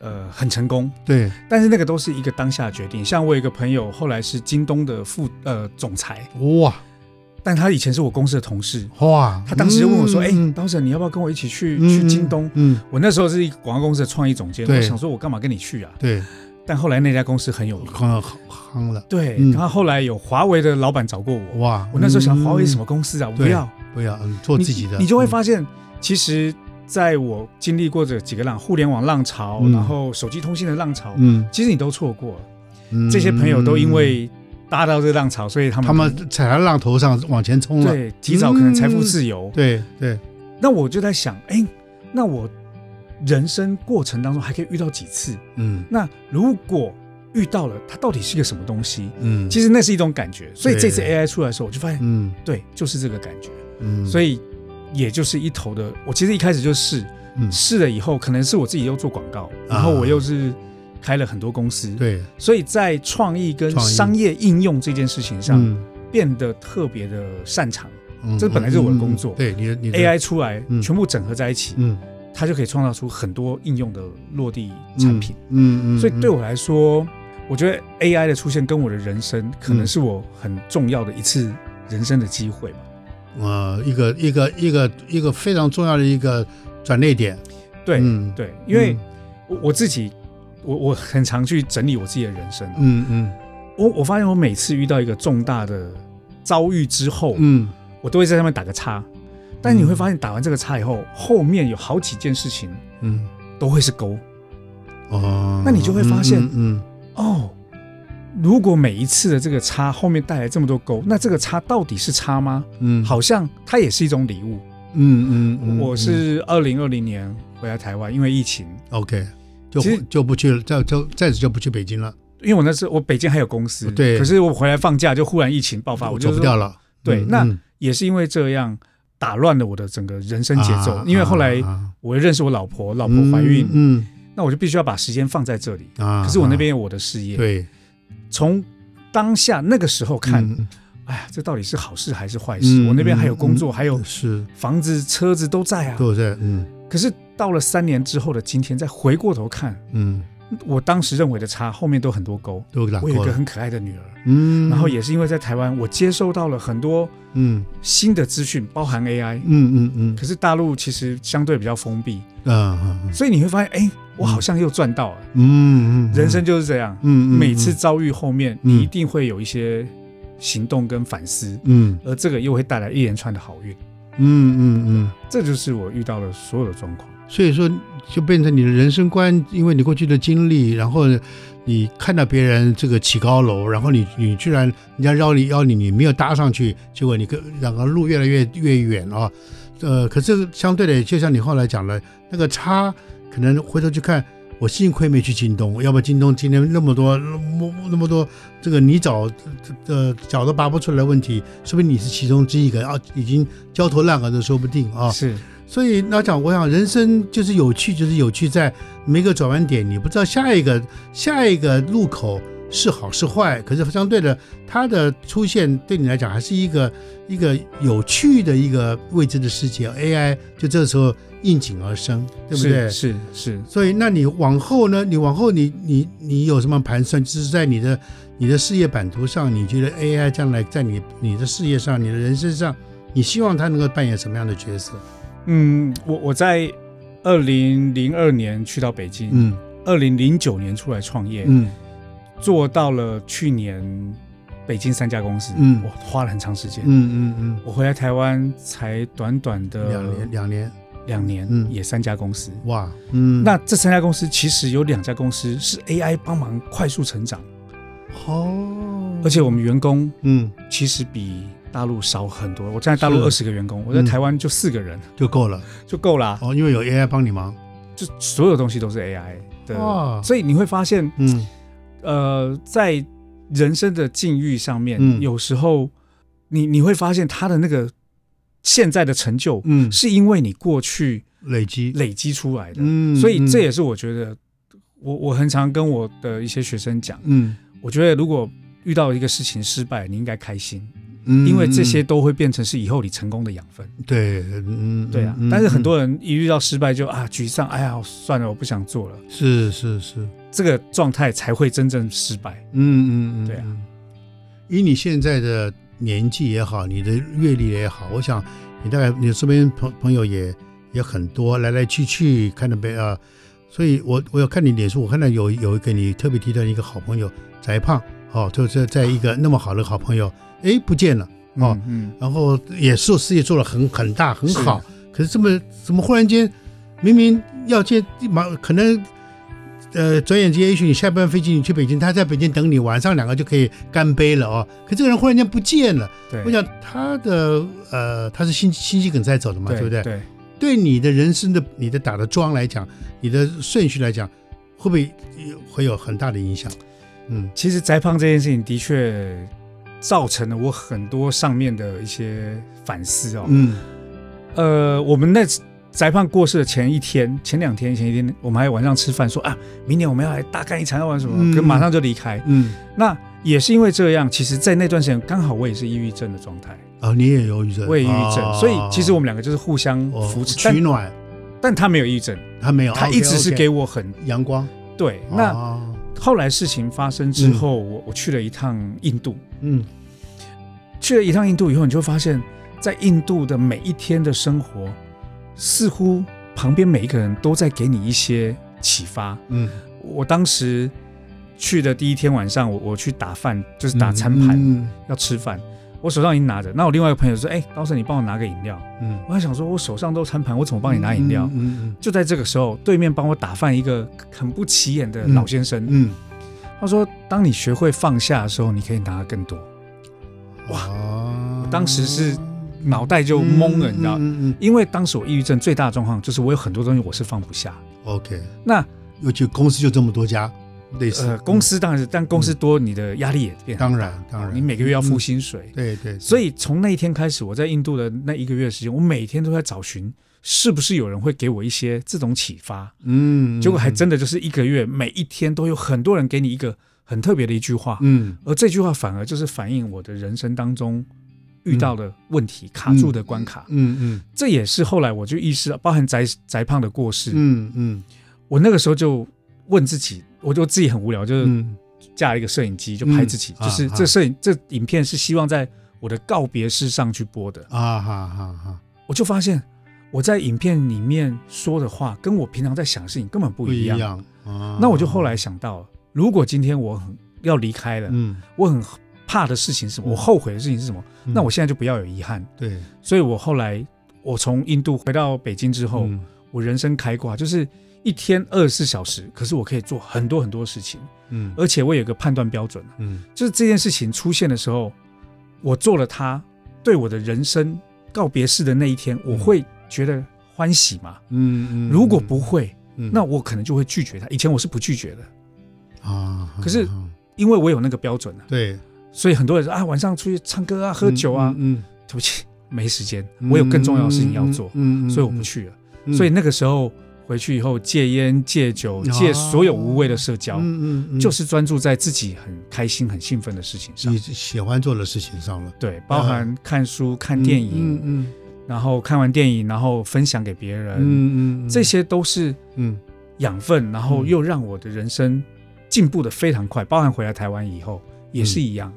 Speaker 2: 呃很成功，
Speaker 1: 对，
Speaker 2: 但是那个都是一个当下的决定。像我有一个朋友，后来是京东的副呃总裁，
Speaker 1: 哇
Speaker 2: 但他以前是我公司的同事，
Speaker 1: 哇，
Speaker 2: 他当时就问我说：“哎、
Speaker 1: 嗯
Speaker 2: 当时你要不要跟我一起去、
Speaker 1: 嗯
Speaker 2: 去京东？”
Speaker 1: 嗯，
Speaker 2: 我那时候是一个广告公司的创意总监，
Speaker 1: 对
Speaker 2: 我想说，我干嘛跟你去啊？
Speaker 1: 对，
Speaker 2: 但后来那家公司很有
Speaker 1: 我
Speaker 2: 名，
Speaker 1: 看到夯了，
Speaker 2: 对。
Speaker 1: 嗯
Speaker 2: 然后后来有华为的老板找过我，
Speaker 1: 哇，
Speaker 2: 我那时候想，华为什
Speaker 1: 么？
Speaker 2: 么公司啊？我不
Speaker 1: 对
Speaker 2: 要，
Speaker 1: 不要，嗯做
Speaker 2: 你
Speaker 1: 自己的，
Speaker 2: 你就会
Speaker 1: 嗯
Speaker 2: 发现，其实在我经历过这几个浪，互联网浪潮，
Speaker 1: 嗯
Speaker 2: 然后手机通信的浪潮，
Speaker 1: 嗯，
Speaker 2: 其实你都错过了。
Speaker 1: 嗯
Speaker 2: 这些朋友都因为搭到这浪潮，所以他们
Speaker 1: 他们踩在浪头上往前冲了，嗯
Speaker 2: 对提早可能财富自由。
Speaker 1: 对对，
Speaker 2: 那我就在想，哎，那我人生过程当中还可以遇到几次。
Speaker 1: 嗯
Speaker 2: 那如果遇到了，它到底是一个什么东西？
Speaker 1: 嗯，
Speaker 2: 其实那是一种感觉。所以这次
Speaker 1: 对
Speaker 2: AI 出来的时候，我就发现，
Speaker 1: 嗯
Speaker 2: 对，就是这个感觉。
Speaker 1: 嗯，
Speaker 2: 所
Speaker 1: 以
Speaker 2: 以也就是一头的，我其实一开始就试
Speaker 1: 嗯啊
Speaker 2: 试了以后，可能是我自己又做广告，然后我又是开了很多公司，，
Speaker 1: 对，
Speaker 2: 所以在创意跟
Speaker 1: 创意
Speaker 2: 商业应用这件事情上
Speaker 1: 嗯
Speaker 2: 变得特别的擅长。
Speaker 1: 嗯
Speaker 2: 这本来就是我的工作
Speaker 1: 嗯嗯对你的你的
Speaker 2: AI 出来
Speaker 1: 嗯，
Speaker 2: 全部整合在一起，
Speaker 1: 嗯
Speaker 2: 它就可以创造出很多应用的落地产品。，
Speaker 1: 嗯嗯嗯，
Speaker 2: 所以对我来说，我觉得 AI 的出现跟我的人生可
Speaker 1: 嗯
Speaker 2: 能是我很重要的一次人生的机会吧。
Speaker 1: 啊一个一个一个一个非常重要的一个转捩点，
Speaker 2: 对，
Speaker 1: 嗯
Speaker 2: 对，因为
Speaker 1: 嗯
Speaker 2: 我我自己，我我很常去整理我自己的人生。
Speaker 1: 嗯嗯
Speaker 2: 我我发现我每次遇到一个重大的遭遇之后，
Speaker 1: 嗯
Speaker 2: 我都会在上面打个叉。但你会发现，打完这个叉以后，后面有好几件事情
Speaker 1: 嗯
Speaker 2: 都会是勾。
Speaker 1: 哦，
Speaker 2: 那你就会发现
Speaker 1: 嗯嗯
Speaker 2: 哦，如果每一次的这个叉后面带来这么多勾，那这个叉到底是叉吗？
Speaker 1: 嗯，
Speaker 2: 好像它也是一种礼物。
Speaker 1: 嗯，嗯嗯，
Speaker 2: 我
Speaker 1: 嗯
Speaker 2: 是二零二零年回来台湾，因为疫情，
Speaker 1: OK，就
Speaker 2: 其实
Speaker 1: 就不去了，就就暂时就不去北京了，
Speaker 2: 因为我那时候我北京还有公司，
Speaker 1: 对
Speaker 2: 可是我回来放假就忽然疫情爆啊发，我就
Speaker 1: 走不
Speaker 2: 说
Speaker 1: 掉了。
Speaker 2: 对，
Speaker 1: 嗯
Speaker 2: 那
Speaker 1: 嗯
Speaker 2: 也是因为这样打乱了我的整个人生节奏。
Speaker 1: 啊
Speaker 2: 因为后来
Speaker 1: 啊啊
Speaker 2: 我又认识我老婆，老婆怀孕，
Speaker 1: 嗯
Speaker 2: 那我就必须要把时间放在这里。
Speaker 1: 嗯啊，
Speaker 2: 可是我那边
Speaker 1: 啊
Speaker 2: 有我的事业，
Speaker 1: 对
Speaker 2: 从当下那个时候看，
Speaker 1: 嗯
Speaker 2: 哎呀，这到底是好事还是坏事？我那边还有工
Speaker 1: 嗯
Speaker 2: 作，还有
Speaker 1: 是
Speaker 2: 房子、车子都在啊。
Speaker 1: 都在嗯
Speaker 2: 可是到了三年之后的今天，再回过头看，
Speaker 1: 嗯
Speaker 2: 我当时认为的差，后面都很多沟。
Speaker 1: 都给打
Speaker 2: 我有一
Speaker 1: 过
Speaker 2: 个
Speaker 1: 了，
Speaker 2: 很可爱的女儿，
Speaker 1: 嗯，
Speaker 2: 然后也是因为在台湾，我接收到了很多
Speaker 1: 嗯
Speaker 2: 新的资讯，包含 AI。
Speaker 1: 嗯嗯
Speaker 2: 可是大陆其实相对比较封闭，
Speaker 1: 嗯啊
Speaker 2: 所以你会发现，哎，我好像又赚到了。
Speaker 1: 嗯嗯，
Speaker 2: 人生就是这样，
Speaker 1: 嗯
Speaker 2: 每次遭遇后面，
Speaker 1: 嗯
Speaker 2: 你一定会有一些行动跟反思，
Speaker 1: 嗯
Speaker 2: 而这个又会带来一连串的好运。
Speaker 1: 嗯嗯嗯，
Speaker 2: 这就是我遇到的所有的状况。
Speaker 1: 所以说就变成你的人生观，因为你过去的经历，然后你看到别人这个起高楼，然后你你居然人家邀你邀你，你没有搭上去，结果你跟两个路越来越越远啊、呃，可是相对的，就像你后来讲了，那个差可能回头去看。我幸亏没去京东，要不京东今天那么多、那么那么多这个泥沼，呃，脚都拔不出来的问题，说不定你是其中之一个啊，已经焦头烂额的说不定啊。
Speaker 2: 是，
Speaker 1: 所以那讲，我想人生就是有趣，就是有趣在每个转弯点，你不知道下一个下一个路口是好是坏，可是相对的，它的出现对你来讲还是一个一个有趣的一个未知的世界。AI 就这时候应景而生，对不对？
Speaker 2: 是是是，
Speaker 1: 所以，那你往后呢？你往后你，你你有什么盘算？就是在你的你的事业版图上，你觉得 AI 将来在你你的事业上、你的人生上，你希望它能够扮演什么样的角色？
Speaker 2: 嗯，我我在二零零二年去到北京，
Speaker 1: 嗯
Speaker 2: 二零零九年出来创业，
Speaker 1: 嗯。
Speaker 2: 做到了去年北京三家公司，
Speaker 1: 嗯
Speaker 2: 我花了很长时间。
Speaker 1: 嗯嗯
Speaker 2: 我回来台湾才短短
Speaker 1: 嗯，
Speaker 2: 的
Speaker 1: 两年两年，
Speaker 2: 两年
Speaker 1: 嗯
Speaker 2: 也三家公司。
Speaker 1: 哇，嗯，
Speaker 2: 那这三家公司其实有两家公司是 AI 帮忙快速成长，
Speaker 1: 嗯哦，
Speaker 2: 而且我们员工
Speaker 1: 嗯
Speaker 2: 其实比大陆少很多。我在大陆
Speaker 1: 是
Speaker 2: 二十个员工，我在
Speaker 1: 嗯
Speaker 2: 台湾就四个人、
Speaker 1: 就够了
Speaker 2: 就够啦。
Speaker 1: 哦，因为有 AI 帮你忙，
Speaker 2: 就所有东西都是 AI
Speaker 1: 哇
Speaker 2: 的，所以你会发现，
Speaker 1: 嗯
Speaker 2: 呃，在人生的境遇上面，
Speaker 1: 嗯
Speaker 2: 有时候你你会发现他的那个现在的成就，
Speaker 1: 嗯，
Speaker 2: 是因为你过去
Speaker 1: 累积，
Speaker 2: 累积出来的。
Speaker 1: 嗯，
Speaker 2: 所以
Speaker 1: 嗯
Speaker 2: 这也是我觉得，我我很常跟我的一些学生讲，
Speaker 1: 嗯
Speaker 2: 我觉得如果遇到一个事情失败，你应该开心，
Speaker 1: 嗯，
Speaker 2: 因为这些
Speaker 1: 嗯
Speaker 2: 都会变成是以后你成功的养分。
Speaker 1: 对，嗯，
Speaker 2: 对啊
Speaker 1: 嗯，
Speaker 2: 但是很
Speaker 1: 嗯
Speaker 2: 多人一遇到失败就啊沮丧，哎呀算了，我不想做了。
Speaker 1: 是是是，
Speaker 2: 这个状态才会真正失败。
Speaker 1: 嗯嗯嗯，
Speaker 2: 对啊
Speaker 1: 嗯。以你现在的年纪也好，你的阅历也好，我想你大概你身边朋朋友也也很多，来来去去，看到没啊？所以我我有看你脸书，我看到有有一个你特别提到一个好朋友翟胖，哦，就是在一个那么好的好朋友，哎，不见了，哦
Speaker 2: 嗯嗯，
Speaker 1: 然后也做事业做得很很大很
Speaker 2: 是
Speaker 1: 好，可是这么怎么忽然间，明明要见马，可能呃转眼之间，也许你下班飞机你去北京，他在北京等你，晚上两个就可以干杯了哦。可这个人忽然间不见了，
Speaker 2: 对，
Speaker 1: 我想他的呃他是心心肌梗塞走的嘛，对不对？
Speaker 2: 对？
Speaker 1: 对你的人生的你的打的桩来讲，你的顺序来讲，会不会呃会有很大的影响？嗯
Speaker 2: 其实宅胖这件事情的确造成了我很多上面的一些反思哦。
Speaker 1: 嗯
Speaker 2: 呃，我们那宅胖过世的前一天、前两天、前一天，我们还晚上吃饭说啊，明年我们要来大干一场，要玩什么？
Speaker 1: 嗯
Speaker 2: 可马上就离开。
Speaker 1: 嗯，
Speaker 2: 那也是因为这样，其实，在那段时间刚好我也是抑郁症的状态，
Speaker 1: 哦，你也有抑郁症，
Speaker 2: 我也抑郁症，
Speaker 1: 哦
Speaker 2: 所以其实我们两个就是互相
Speaker 1: 哦
Speaker 2: 扶持。
Speaker 1: 取
Speaker 2: 但
Speaker 1: 暖，
Speaker 2: 但他没有抑郁症，
Speaker 1: 他没有，啊
Speaker 2: 他一直是给我很
Speaker 1: 阳光。
Speaker 2: 对。那
Speaker 1: 哦
Speaker 2: 后来事情发生之后，我我去了一趟印度，
Speaker 1: 嗯
Speaker 2: 去了一趟印度以后，你就会发现，在印度的每一天的生活，似乎旁边每一个人都在给你一些启发。
Speaker 1: 嗯，
Speaker 2: 我当时去的第一天晚上，我我去打饭，就是打餐盘、
Speaker 1: 嗯
Speaker 2: 要吃饭，我手上已经拿着。那我另外一个朋友说：“哎、刀神，你帮我拿个饮料。
Speaker 1: 嗯”，
Speaker 2: 我还想说，我手上都餐盘，我怎么帮你拿饮料？
Speaker 1: 嗯
Speaker 2: 就在这个时候，对面帮我打饭一个很不起眼的老先生，
Speaker 1: 嗯
Speaker 2: 他说：“当你学会放下的时候，你可以拿得更多。”
Speaker 1: 嗯，哇
Speaker 2: 当时是脑袋就懵了，你知道。
Speaker 1: 嗯嗯嗯
Speaker 2: 因为当时我抑郁症最大的状况就是我有很多东西我是放不下。
Speaker 1: 嗯，OK，
Speaker 2: 那
Speaker 1: 尤其公司就这么多家，类似
Speaker 2: 呃，公司当然是，但公司多，你的压力也变大。
Speaker 1: 当然嗯当然，嗯
Speaker 2: 你每个月要付薪水，
Speaker 1: 对对，
Speaker 2: 所以从那一天开始，我在印度的那一个月的时间，我每天都在找寻是不是有人会给我一些这种启发。
Speaker 1: 嗯，
Speaker 2: 结果还真的就是一个月，每一天都有很多人给你一个很特别的一句话，
Speaker 1: 嗯
Speaker 2: 而这句话反而就是反映我的人生当中遇到的问题、卡住的关卡。
Speaker 1: 嗯嗯
Speaker 2: 这也是后来我就意识到，包含宅宅胖的过世，
Speaker 1: 嗯嗯
Speaker 2: 我那个时候就问自己，我就自己很无聊，就是
Speaker 1: 嗯
Speaker 2: 架一个摄影机就拍自己，
Speaker 1: 嗯
Speaker 2: 就是
Speaker 1: 啊
Speaker 2: 这摄影、这影片是希望在我的告别式上去播的。
Speaker 1: 啊哈哈哈，
Speaker 2: 我就发现我在影片里面说的话，跟我平常在想的事情根本不
Speaker 1: 不
Speaker 2: 一
Speaker 1: 一
Speaker 2: 样。
Speaker 1: 样啊。
Speaker 2: 那我就后来想到，如果今天我很要离开了，
Speaker 1: 嗯，
Speaker 2: 我很怕的事情是什
Speaker 1: 嗯
Speaker 2: 么？我后悔的事情是什么？
Speaker 1: 嗯
Speaker 2: 那我现在就不要有遗憾。
Speaker 1: 对
Speaker 2: 所以我后来我从印度回到北京之后，
Speaker 1: 嗯
Speaker 2: 我人生开挂，就是一天二十四小时，可是我可以做很多很多事情。
Speaker 1: 嗯
Speaker 2: 而且我有一个判断标准，啊
Speaker 1: 嗯
Speaker 2: 就是这件事情出现的时候，我做了它，对我的人生告别式的那一天，我会觉得欢喜嘛？
Speaker 1: 嗯嗯嗯，
Speaker 2: 如果不会，
Speaker 1: 嗯，
Speaker 2: 那我可能就会拒绝它。以前我是不拒绝的，
Speaker 1: 啊，
Speaker 2: 可是
Speaker 1: 啊啊
Speaker 2: 因为我有那个标准啊。
Speaker 1: 对
Speaker 2: 所以很多人说啊，晚上出去唱歌啊，喝酒啊，
Speaker 1: 嗯，
Speaker 2: 对不起， 没时间，
Speaker 1: 嗯
Speaker 2: 我有更重要的事情要做，，
Speaker 1: 嗯
Speaker 2: 所以我不。去了。所以那个时候回去以后，戒烟、戒酒、
Speaker 1: 啊
Speaker 2: 戒所有无谓的社交，
Speaker 1: 嗯嗯嗯，嗯
Speaker 2: 就是专注在自己很开心、很兴奋的事情上
Speaker 1: 你。喜欢做的事情上了，
Speaker 2: 对，包含看书、看电影，
Speaker 1: 嗯
Speaker 2: 然后看完电影，然后分享给别人，
Speaker 1: 嗯嗯，
Speaker 2: 呃这些都是
Speaker 1: 嗯
Speaker 2: 养分，然后又让我的人生进步的非常快。包含回来台湾以后也
Speaker 1: 嗯
Speaker 2: 是一样，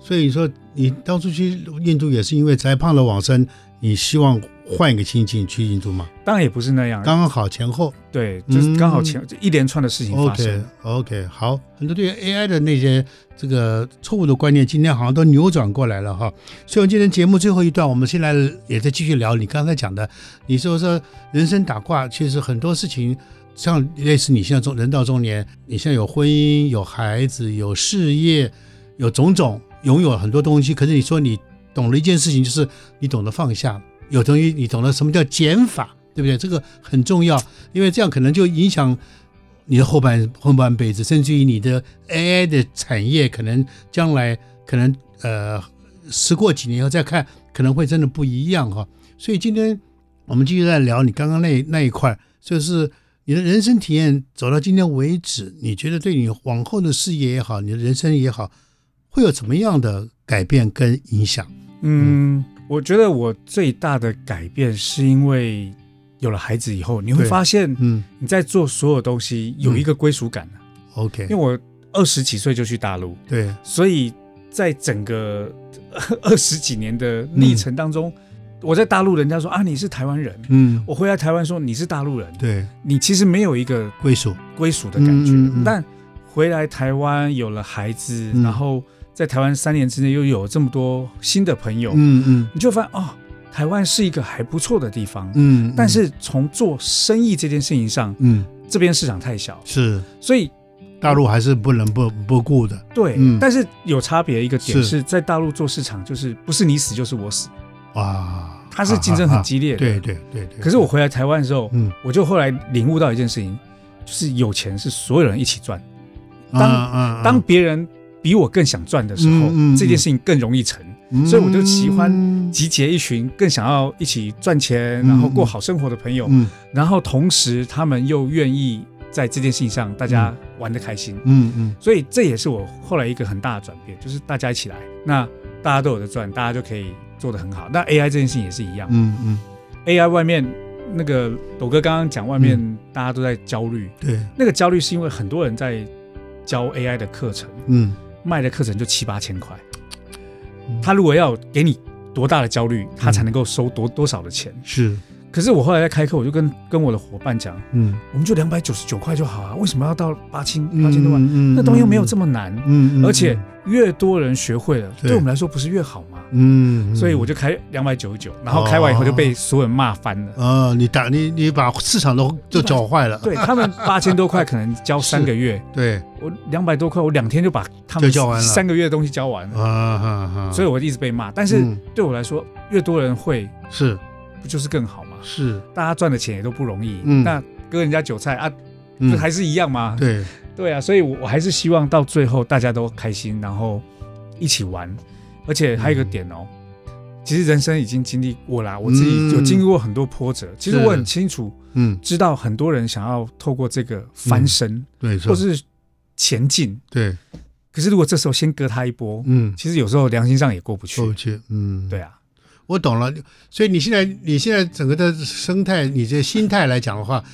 Speaker 1: 所以说，你当初去印度也是因为宅胖了往生，你希望换一个心境去印度嘛？
Speaker 2: 当然也不是那样，
Speaker 1: 刚刚好前后
Speaker 2: 对，就是刚好前、一连串的事情发生。
Speaker 1: ，OK OK，好，很多对 AI 的那些这个错误的观念，今天好像都扭转过来了哈。所以，我们今天节目最后一段，我们先来也在继续聊你刚才讲的，你说说人生打卦，其实很多事情，像类似你现在中人到中年，你现在有婚姻、有孩子、有事业、有种种，拥有很多东西，可是你说你懂了一件事情，就是你懂得放下，有东西你懂得什么叫减法，对不对？这个很重要，因为这样可能就影响你的后半后半辈子，甚至于你的 AI 的产业，可能将来可能呃，时过几年以后再看，可能会真的不一样哈。所以今天我们继续在聊你刚刚那那一块，就是你的人生体验走到今天为止，你觉得对你往后的事业也好，你的人生也好，会有怎么样的改变跟影响？
Speaker 2: 嗯，我觉得我最大的改变是因为有了孩子以后，你会
Speaker 1: 对
Speaker 2: 发现
Speaker 1: 嗯
Speaker 2: 你在做所有东西有一个归属感、啊
Speaker 1: ，OK，
Speaker 2: 因为我二十几岁就去大陆，
Speaker 1: 对，
Speaker 2: 所以在整个 二十几年的历程当中，我在大陆，人家说啊你是台湾人，
Speaker 1: 嗯，
Speaker 2: 我回来台湾说你是大陆人，
Speaker 1: 对，
Speaker 2: 你其实没有一个
Speaker 1: 归属，
Speaker 2: 归属的感觉。
Speaker 1: 嗯嗯嗯
Speaker 2: 但回来台湾有了孩子，
Speaker 1: 嗯
Speaker 2: 然后在台湾三年之内又有这么多新的朋友，
Speaker 1: 嗯嗯
Speaker 2: 你就发现哦，台湾是一个还不错的地方。
Speaker 1: 嗯，
Speaker 2: 但，是从做生意这件事情上，
Speaker 1: 嗯，
Speaker 2: 这边市场太小，
Speaker 1: 是
Speaker 2: 所以
Speaker 1: 大陆还是不能不不顾的，
Speaker 2: 对，
Speaker 1: 嗯
Speaker 2: 但是有差别一个点
Speaker 1: 是
Speaker 2: 是在大陆做市场，就是不是你死就是我死，
Speaker 1: 哇，
Speaker 2: 它是竞争很激烈的。
Speaker 1: 啊对对对对。
Speaker 2: 可是我回来台湾的时候，
Speaker 1: 嗯
Speaker 2: 我就后来领悟到一件事情，就是有钱是所有人一起赚。当
Speaker 1: 当
Speaker 2: 当别人比我更想赚的时候，
Speaker 1: 啊嗯嗯嗯
Speaker 2: 这件事情更容易成。
Speaker 1: 嗯
Speaker 2: 所以我就喜欢集结一群更想要一起赚钱，
Speaker 1: 嗯
Speaker 2: 然后过好生活的朋友，
Speaker 1: 嗯
Speaker 2: 然后同时他们又愿意在这件事情上大家玩得开心，
Speaker 1: 嗯嗯
Speaker 2: 所以这也是我后来一个很大的转变，就是大家一起来，那大家都有的赚，大家就可以做得很好。那 AI 这件事情也是一样、
Speaker 1: 嗯嗯，
Speaker 2: a i 外面那个斗哥刚刚讲，外面
Speaker 1: 嗯
Speaker 2: 大家都在焦虑，
Speaker 1: 对，
Speaker 2: 那个焦虑是因为很多人在教 AI 的课程，
Speaker 1: 嗯，
Speaker 2: 卖的课程就七八千块
Speaker 1: 嗯，
Speaker 2: 他如果要给你多大的焦虑，他才能够收多多少的钱？
Speaker 1: 是，
Speaker 2: 可是我后来在开课，我就跟跟我的伙伴讲，
Speaker 1: 嗯，
Speaker 2: 我们就两百九十九块就好啊，为什么要到八千
Speaker 1: 嗯
Speaker 2: 八千多万？
Speaker 1: 嗯
Speaker 2: 那东西又没有
Speaker 1: 么，
Speaker 2: 这么难，
Speaker 1: 嗯，嗯
Speaker 2: 而且，越多人学会了，
Speaker 1: 对
Speaker 2: 对我们来说不是越好吗？
Speaker 1: 嗯，嗯
Speaker 2: 所以我就开两百九十九，然后开完以后就被所有人骂翻了。
Speaker 1: 啊，你打你你把市场都就搅坏了，
Speaker 2: 对他们八千多块可能教三 个月，
Speaker 1: 对
Speaker 2: 我两百多块，我两天就把他们
Speaker 1: 就教完了
Speaker 2: 三个月的东西教完
Speaker 1: 啊
Speaker 2: 了，
Speaker 1: 哈哈，
Speaker 2: 所以我一直被骂。但是
Speaker 1: 嗯
Speaker 2: 对我来说，越多人会，
Speaker 1: 是
Speaker 2: 不就是更好吗？
Speaker 1: 是，
Speaker 2: 大家赚的钱也都不容易，
Speaker 1: 嗯
Speaker 2: 那割人家韭菜啊，
Speaker 1: 嗯
Speaker 2: 不还是一样吗？
Speaker 1: 对，
Speaker 2: 对啊，所以我我还是希望到最后大家都开心，然后一起玩。而且还有
Speaker 1: 嗯
Speaker 2: 一个点哦，其实人生已经经历过啦，我自己有经历过很多波折，其实
Speaker 1: 嗯是
Speaker 2: 我很清楚
Speaker 1: 嗯，
Speaker 2: 知道很多人想要透过这个翻身、
Speaker 1: 对，
Speaker 2: 或是前进，
Speaker 1: 对，
Speaker 2: 可是如果这时候先割他一波，
Speaker 1: 嗯，
Speaker 2: 其实有时候良心上也过不去。
Speaker 1: 过去，嗯，
Speaker 2: 对。啊，
Speaker 1: 我懂了，所以你现在你现在整个的生态，你这心态来讲的话，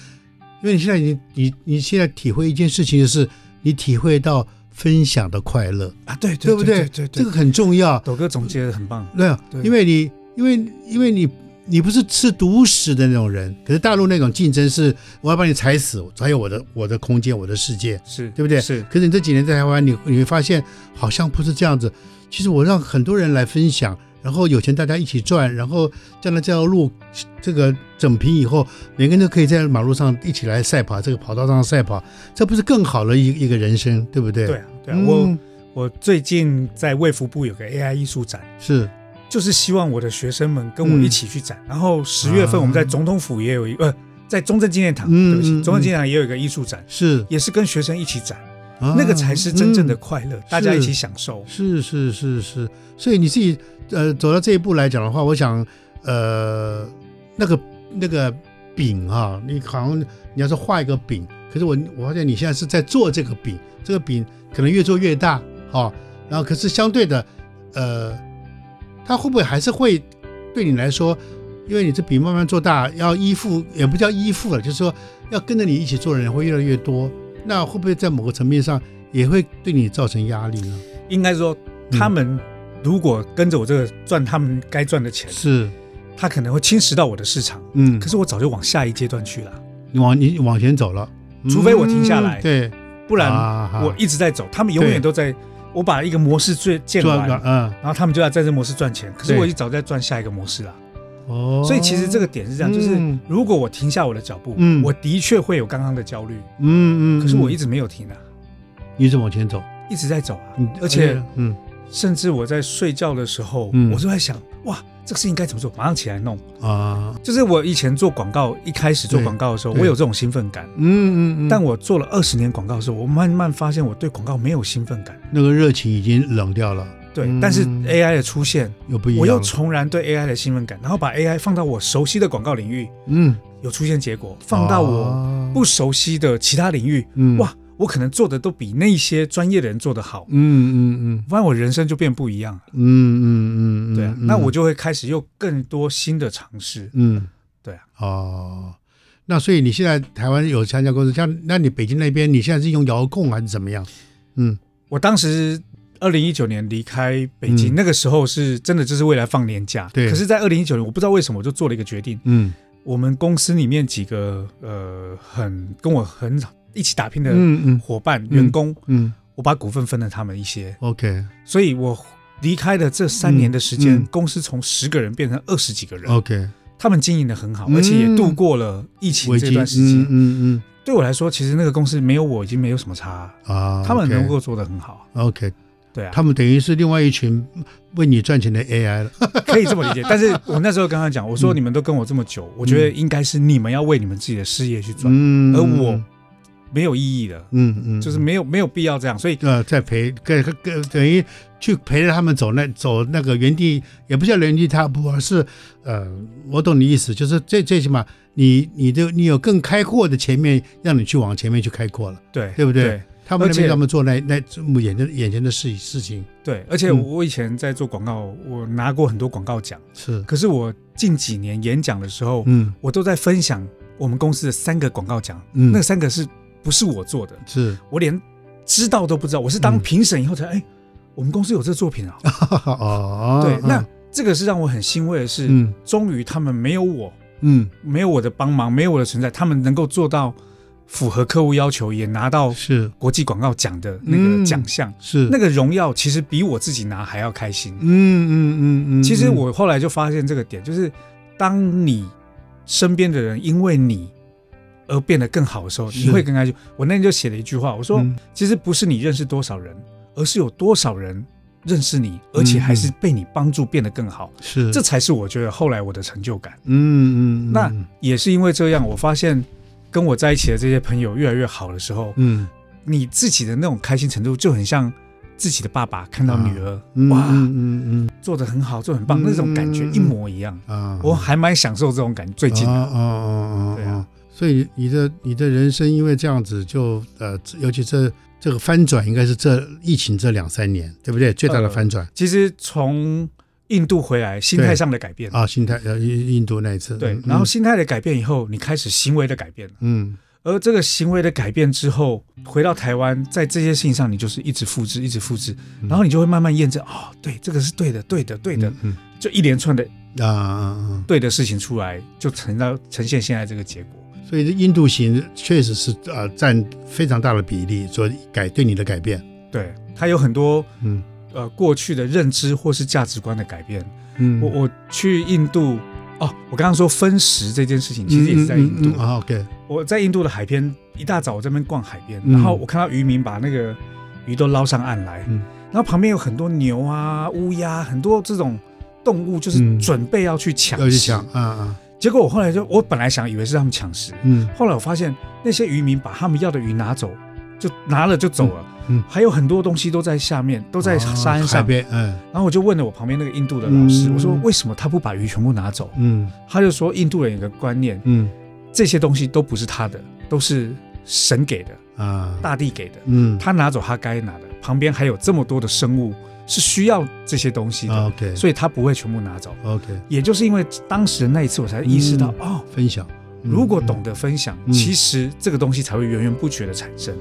Speaker 1: 因为你现在你你你现在体会一件事情，就是你体会到分享的快乐，
Speaker 2: 啊，对
Speaker 1: 对不对？这个很重要。
Speaker 2: 斗哥总结的很棒，
Speaker 1: 对啊，
Speaker 2: 对
Speaker 1: 因为你因为因为你你不是吃独食的那种人，可是大陆那种竞争是我要把你踩死，才有我的我的空间，我的世界。
Speaker 2: 是
Speaker 1: 对不对
Speaker 2: 是，
Speaker 1: 可是你这几年在台湾，你你会发现好像不是这样子。其实我让很多人来分享，然后有钱大家一起赚，然后将来这条路这个整平以后，每个人都可以在马路上一起来赛跑，这个跑道上赛跑，这不是更好的一一个人生，对不对？
Speaker 2: 对啊，对啊，
Speaker 1: 嗯，
Speaker 2: 我我最近在卫福部有个 AI 艺术展，
Speaker 1: 是
Speaker 2: 就是希望我的学生们跟
Speaker 1: 嗯
Speaker 2: 我一起去展。然后十月份我们在总统府也有一呃，在中正纪念堂，
Speaker 1: 啊嗯
Speaker 2: 对不起
Speaker 1: 嗯，
Speaker 2: 中正纪念堂也有一个艺术展，
Speaker 1: 是，
Speaker 2: 也是跟学生一起展，
Speaker 1: 啊
Speaker 2: 那个才是真正的
Speaker 1: 嗯
Speaker 2: 快乐，大家一起享受。
Speaker 1: 是是是是，所以你自己呃走到这一步来讲的话，我想呃那个那个饼啊，你好像你要是画一个饼，可是我我发现你现在是在做这个饼，这个饼可能越做越大啊，然后可是相对的呃，它会不会还是会对你来说，因为你这饼慢慢做大，要依附也不叫依附了，就是说要跟着你一起做的人会越来越多，那会不会在某个层面上也会对你造成压力呢？
Speaker 2: 应该说，
Speaker 1: 嗯
Speaker 2: 他们如果跟着我这个赚他们该赚的钱，
Speaker 1: 是，
Speaker 2: 他可能会侵蚀到我的市场。
Speaker 1: 嗯，
Speaker 2: 可是我早就往下一阶段去了，
Speaker 1: 你往你往前走了，
Speaker 2: 除非我停下来
Speaker 1: 嗯对，
Speaker 2: 不然
Speaker 1: 啊哈
Speaker 2: 我一直在走，他们永远
Speaker 1: 对
Speaker 2: 都在。我把一个模式最建
Speaker 1: 做
Speaker 2: 完，
Speaker 1: 完嗯
Speaker 2: 然后他们就要在这模式赚钱，可是
Speaker 1: 对
Speaker 2: 我已经早在赚下一个模式了。
Speaker 1: 哦，
Speaker 2: 所以其实这个点是这样，就是
Speaker 1: 嗯
Speaker 2: 如果我停下我的脚步，
Speaker 1: 嗯
Speaker 2: 我的确会有刚刚的焦虑，
Speaker 1: 嗯嗯，
Speaker 2: 可是我一
Speaker 1: 直
Speaker 2: 直没有停啊，
Speaker 1: 一直往前走，
Speaker 2: 一直在走啊
Speaker 1: 嗯，
Speaker 2: 而且
Speaker 1: 嗯
Speaker 2: 甚至我在睡觉的时候，
Speaker 1: 嗯
Speaker 2: 我就在想，哇，这个事情该怎么做，马上起来弄。
Speaker 1: 啊
Speaker 2: 就是我以前做广告，一开始做
Speaker 1: 对
Speaker 2: 广告的时候，
Speaker 1: 对
Speaker 2: 我有这种兴奋感，
Speaker 1: 嗯嗯嗯，
Speaker 2: 但我做了二十年广告的时候，我慢慢发现我对广告没有兴奋感。
Speaker 1: 那个热情已经冷掉了，
Speaker 2: 对
Speaker 1: 嗯，
Speaker 2: 但是 AI 的出现，
Speaker 1: 又不一样
Speaker 2: 我
Speaker 1: 了，
Speaker 2: 又重燃对 AI 的兴奋感，然后把 AI 放到我熟悉的广告领域，
Speaker 1: 嗯
Speaker 2: 有出现结果；放到我
Speaker 1: 哦
Speaker 2: 不熟悉的其他领域，
Speaker 1: 嗯
Speaker 2: 哇，我可能做的都比那些专业的人做的好，
Speaker 1: 嗯嗯嗯
Speaker 2: 不然我人生就变不一样了。
Speaker 1: 嗯嗯嗯嗯，
Speaker 2: 对啊，
Speaker 1: 嗯
Speaker 2: 那我就会开始又更多新的尝试。
Speaker 1: 嗯
Speaker 2: 对啊，
Speaker 1: 哦。那所以你现在台湾有参加公司，像那你北京那边，你现在是用遥控还是怎么样？嗯，
Speaker 2: 我当时二零一九年离开北京，
Speaker 1: 嗯
Speaker 2: 那个时候是真的就是为了放年假。
Speaker 1: 对
Speaker 2: 可是，在二零一九年，我不知道为什么我就做了一个决定，
Speaker 1: 嗯
Speaker 2: 我们公司里面几个呃很跟我很一起打拼的
Speaker 1: 嗯嗯
Speaker 2: 伙伴、
Speaker 1: 嗯
Speaker 2: 员工，
Speaker 1: 嗯
Speaker 2: 我把股份分了他们一些，
Speaker 1: ，OK
Speaker 2: 所以我离开的这三年的时间，
Speaker 1: 嗯嗯
Speaker 2: 公司从十个人变成二十几个人，
Speaker 1: OK，
Speaker 2: 他们经营的很好，
Speaker 1: 嗯
Speaker 2: 而且也度过了疫情
Speaker 1: 危
Speaker 2: 这
Speaker 1: 机，
Speaker 2: 段时期。
Speaker 1: 嗯嗯
Speaker 2: 对我来说，其实那个公司没有我已经没有什么差，
Speaker 1: 嗯啊，
Speaker 2: 他们
Speaker 1: OK
Speaker 2: 能够做得很好。
Speaker 1: OK，
Speaker 2: 对啊，
Speaker 1: 他们等于是另外一群为你赚钱的 AI 了。
Speaker 2: 可以这么理解。但是我那时候跟他
Speaker 1: 嗯
Speaker 2: 讲，我说你们都跟我这么久，我觉得应该是你们要为你们自己的事业去赚，
Speaker 1: 嗯
Speaker 2: 而我没有意义的，
Speaker 1: 嗯嗯，
Speaker 2: 就是没有没有必要这样。所以
Speaker 1: 呃，在陪跟跟等于去陪着他们走那走那个原地，也不叫原地踏步，而是呃，我懂你意思，就是最最起码你你的你有更开阔的前面，让你去往前面去开阔了，
Speaker 2: 对
Speaker 1: 对不对他们
Speaker 2: 而
Speaker 1: 那
Speaker 2: 且
Speaker 1: 边他们做那那眼前眼前的事事情
Speaker 2: 对，而且
Speaker 1: 嗯
Speaker 2: 我以前在做广告，我拿过很多广告奖，
Speaker 1: 是，
Speaker 2: 可是我近几年演讲的时候，
Speaker 1: 嗯
Speaker 2: 我都在分享我们公司的三个广告奖，
Speaker 1: 嗯，
Speaker 2: 那三个是不是我做的？
Speaker 1: 是
Speaker 2: 我连知道都不知道，我是当
Speaker 1: 嗯
Speaker 2: 评审以后才，哎、我们公司有这作品啊。
Speaker 1: 哦，
Speaker 2: 对，那
Speaker 1: 嗯
Speaker 2: 这个是让我很欣慰的是，
Speaker 1: 嗯
Speaker 2: 终于他们没有我，
Speaker 1: 嗯
Speaker 2: 没有我的帮忙，没有我的存在，他们能够做到符合客户要求，也拿到
Speaker 1: 是嗯
Speaker 2: 国际广告奖的那个奖项，
Speaker 1: 是
Speaker 2: 那个荣耀其实比我自己拿还要开心。
Speaker 1: 嗯嗯嗯嗯，
Speaker 2: 其实我后来就发现这个点，就是当你身边的人因为你而变得更好的时候，
Speaker 1: 是
Speaker 2: 你会更开心。我那天就写了一句话，我说，
Speaker 1: 嗯
Speaker 2: 其实不是你认识多少人，而是有多少人认识你，而且还是被你帮助变得更好，
Speaker 1: 是
Speaker 2: 这才是我觉得后来我的成就感。
Speaker 1: 嗯嗯嗯
Speaker 2: 那也是因为这样，我发现跟我在一起的这些朋友越来越好的时候，
Speaker 1: 嗯
Speaker 2: 你自己的那种开心程度就很像自己的爸爸看到女儿，
Speaker 1: 嗯
Speaker 2: 哇，
Speaker 1: 嗯嗯
Speaker 2: 做的很好，做得很棒，
Speaker 1: 嗯
Speaker 2: 那种感觉一模一样。
Speaker 1: 嗯啊，
Speaker 2: 我还蛮享受这种感觉，最近的、
Speaker 1: 哦哦哦哦，
Speaker 2: 啊对啊
Speaker 1: 所以你的你的人生因为这样子就呃，尤其这这个翻转应该是这疫情这两三年，对不对？最大的翻转、
Speaker 2: 其实从印度回来，心态上的改变，
Speaker 1: 啊，心态呃，印印度那一次，
Speaker 2: 对，
Speaker 1: 嗯
Speaker 2: 然后心态的改变以后，你开始行为的改变了，
Speaker 1: 嗯
Speaker 2: 而这个行为的改变之后，回到台湾，在这些事情上，你就是一直复制，一直复制，
Speaker 1: 嗯
Speaker 2: 然后你就会慢慢验证，哦，对，这个是对的，对的，对的，
Speaker 1: 嗯
Speaker 2: 就一连串的
Speaker 1: 嗯啊啊啊，
Speaker 2: 对的事情出来，就呈到呈现现在这个结果。
Speaker 1: 啊所以印度行确实是呃占非常大的比例，所以改对你的改变，
Speaker 2: 对，它有很多
Speaker 1: 嗯
Speaker 2: 呃过去的认知或是价值观的改变。
Speaker 1: 嗯，
Speaker 2: 我我去印度哦，我刚刚说分食这件事情，其实也
Speaker 1: 嗯
Speaker 2: 是在印
Speaker 1: 嗯嗯嗯
Speaker 2: 度。
Speaker 1: 啊，OK，
Speaker 2: 我在印度的海边，一大早我这边逛海边，
Speaker 1: 嗯
Speaker 2: 然后我看到渔民把那个鱼都捞上岸来，
Speaker 1: 嗯
Speaker 2: 然后旁边有很多牛啊、乌鸦，很多这种动物，就
Speaker 1: 嗯
Speaker 2: 是准备要去抢食。
Speaker 1: 要去抢啊啊，
Speaker 2: 结果我后来就，我本来想以为是他们抢食，
Speaker 1: 嗯
Speaker 2: 后来我发现那些渔民把他们要的鱼拿走，就拿了就走了。
Speaker 1: 嗯嗯
Speaker 2: 还有很多东西都在下面，都
Speaker 1: 都
Speaker 2: 在沙滩上。
Speaker 1: 边，嗯
Speaker 2: 然后我就问了我旁边那个印度的老师，
Speaker 1: 嗯
Speaker 2: 我说为什么他不把鱼全部拿走？
Speaker 1: 嗯
Speaker 2: 他就说印度人有个观念，
Speaker 1: 嗯
Speaker 2: 这些东西都不是他的，都是神给的，
Speaker 1: 啊，
Speaker 2: 大地给的。
Speaker 1: 嗯
Speaker 2: 他拿走他该拿的，旁边还有这么多的生物是需要这些东西的，
Speaker 1: 啊，OK，
Speaker 2: 所以他不会全部拿走。
Speaker 1: OK
Speaker 2: 也就是因为当时的那一次，我才意识到、哦，
Speaker 1: 分享，嗯
Speaker 2: 如果懂得分享，
Speaker 1: 嗯
Speaker 2: 其实这个东西才会源源不绝的产生。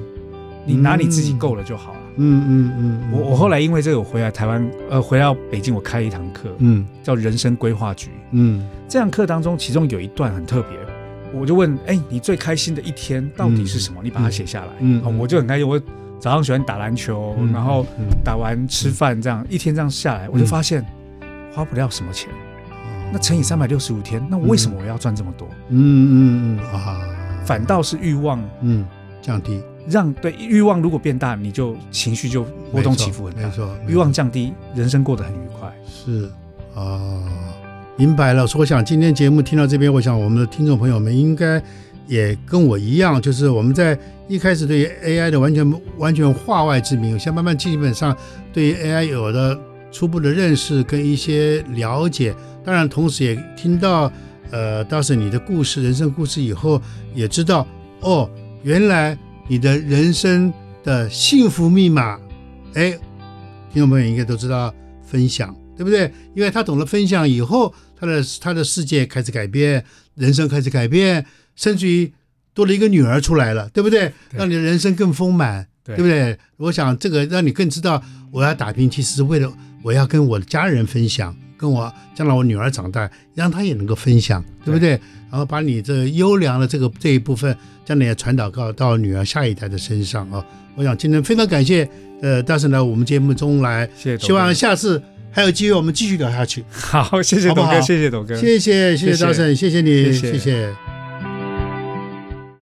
Speaker 2: 你拿你自己够了就好了。
Speaker 1: 嗯嗯嗯，
Speaker 2: 我我后来因为这个我回来台湾，呃，回到北京，我开了一堂课，
Speaker 1: 嗯
Speaker 2: 叫人生规划局。
Speaker 1: 嗯
Speaker 2: 这堂课当中，其中有一段很特别，我就问，哎，你最开心的一天到底是什么？你把它写下来。
Speaker 1: 嗯
Speaker 2: 哦我就很开心。我早上喜欢打篮球，
Speaker 1: 嗯
Speaker 2: 然后
Speaker 1: 嗯
Speaker 2: 打完吃饭，这样一天这样下来，我就发现花不了什么钱。那乘以三百六十五天，那为什么我要赚这么多？
Speaker 1: 嗯嗯嗯嗯啊，
Speaker 2: 反倒是欲望
Speaker 1: 嗯降低
Speaker 2: 让对欲望如果变大，你就情绪就波动起伏很
Speaker 1: 没
Speaker 2: 大。
Speaker 1: 错，
Speaker 2: 欲望降低，人生过得很愉快。
Speaker 1: 是啊，明白了。所以我想今天节目听到这边，我想我们的听众朋友们应该也跟我一样，就是我们在一开始对于 AI 的完全完全化外之名，现在慢慢基本上对于 AI 有了初步的认识跟一些了解。当然，同时也听到呃，当时你的故事、人生故事以后，也知道哦，原来你的人生的幸福密码，哎，听众朋友应该都知道分享，对不对？因为他懂得分享以后，他的他的世界开始改变，人生开始改变，甚至于多了一个女儿出来了，对不对？
Speaker 2: 对
Speaker 1: 让你的人生更丰满，
Speaker 2: 对
Speaker 1: 对不对？我想这个让你更知道，我要打拼，其实是为了我要跟我的家人分享，跟我将来我女儿长大，让她也能够分享，对不对？然后把你这优良的这个这一部分，将来也传导到到女儿下一代的身上啊、我想今天非常感谢呃大圣来我们节目中来，
Speaker 2: 谢谢董哥，
Speaker 1: 希望下次还有机会我们继续聊下去。
Speaker 2: 好，谢谢
Speaker 1: 好不
Speaker 2: 董
Speaker 1: 好
Speaker 2: 哥，谢谢董哥，
Speaker 1: 谢谢谢谢大圣，谢谢你，
Speaker 2: 谢谢
Speaker 1: 谢谢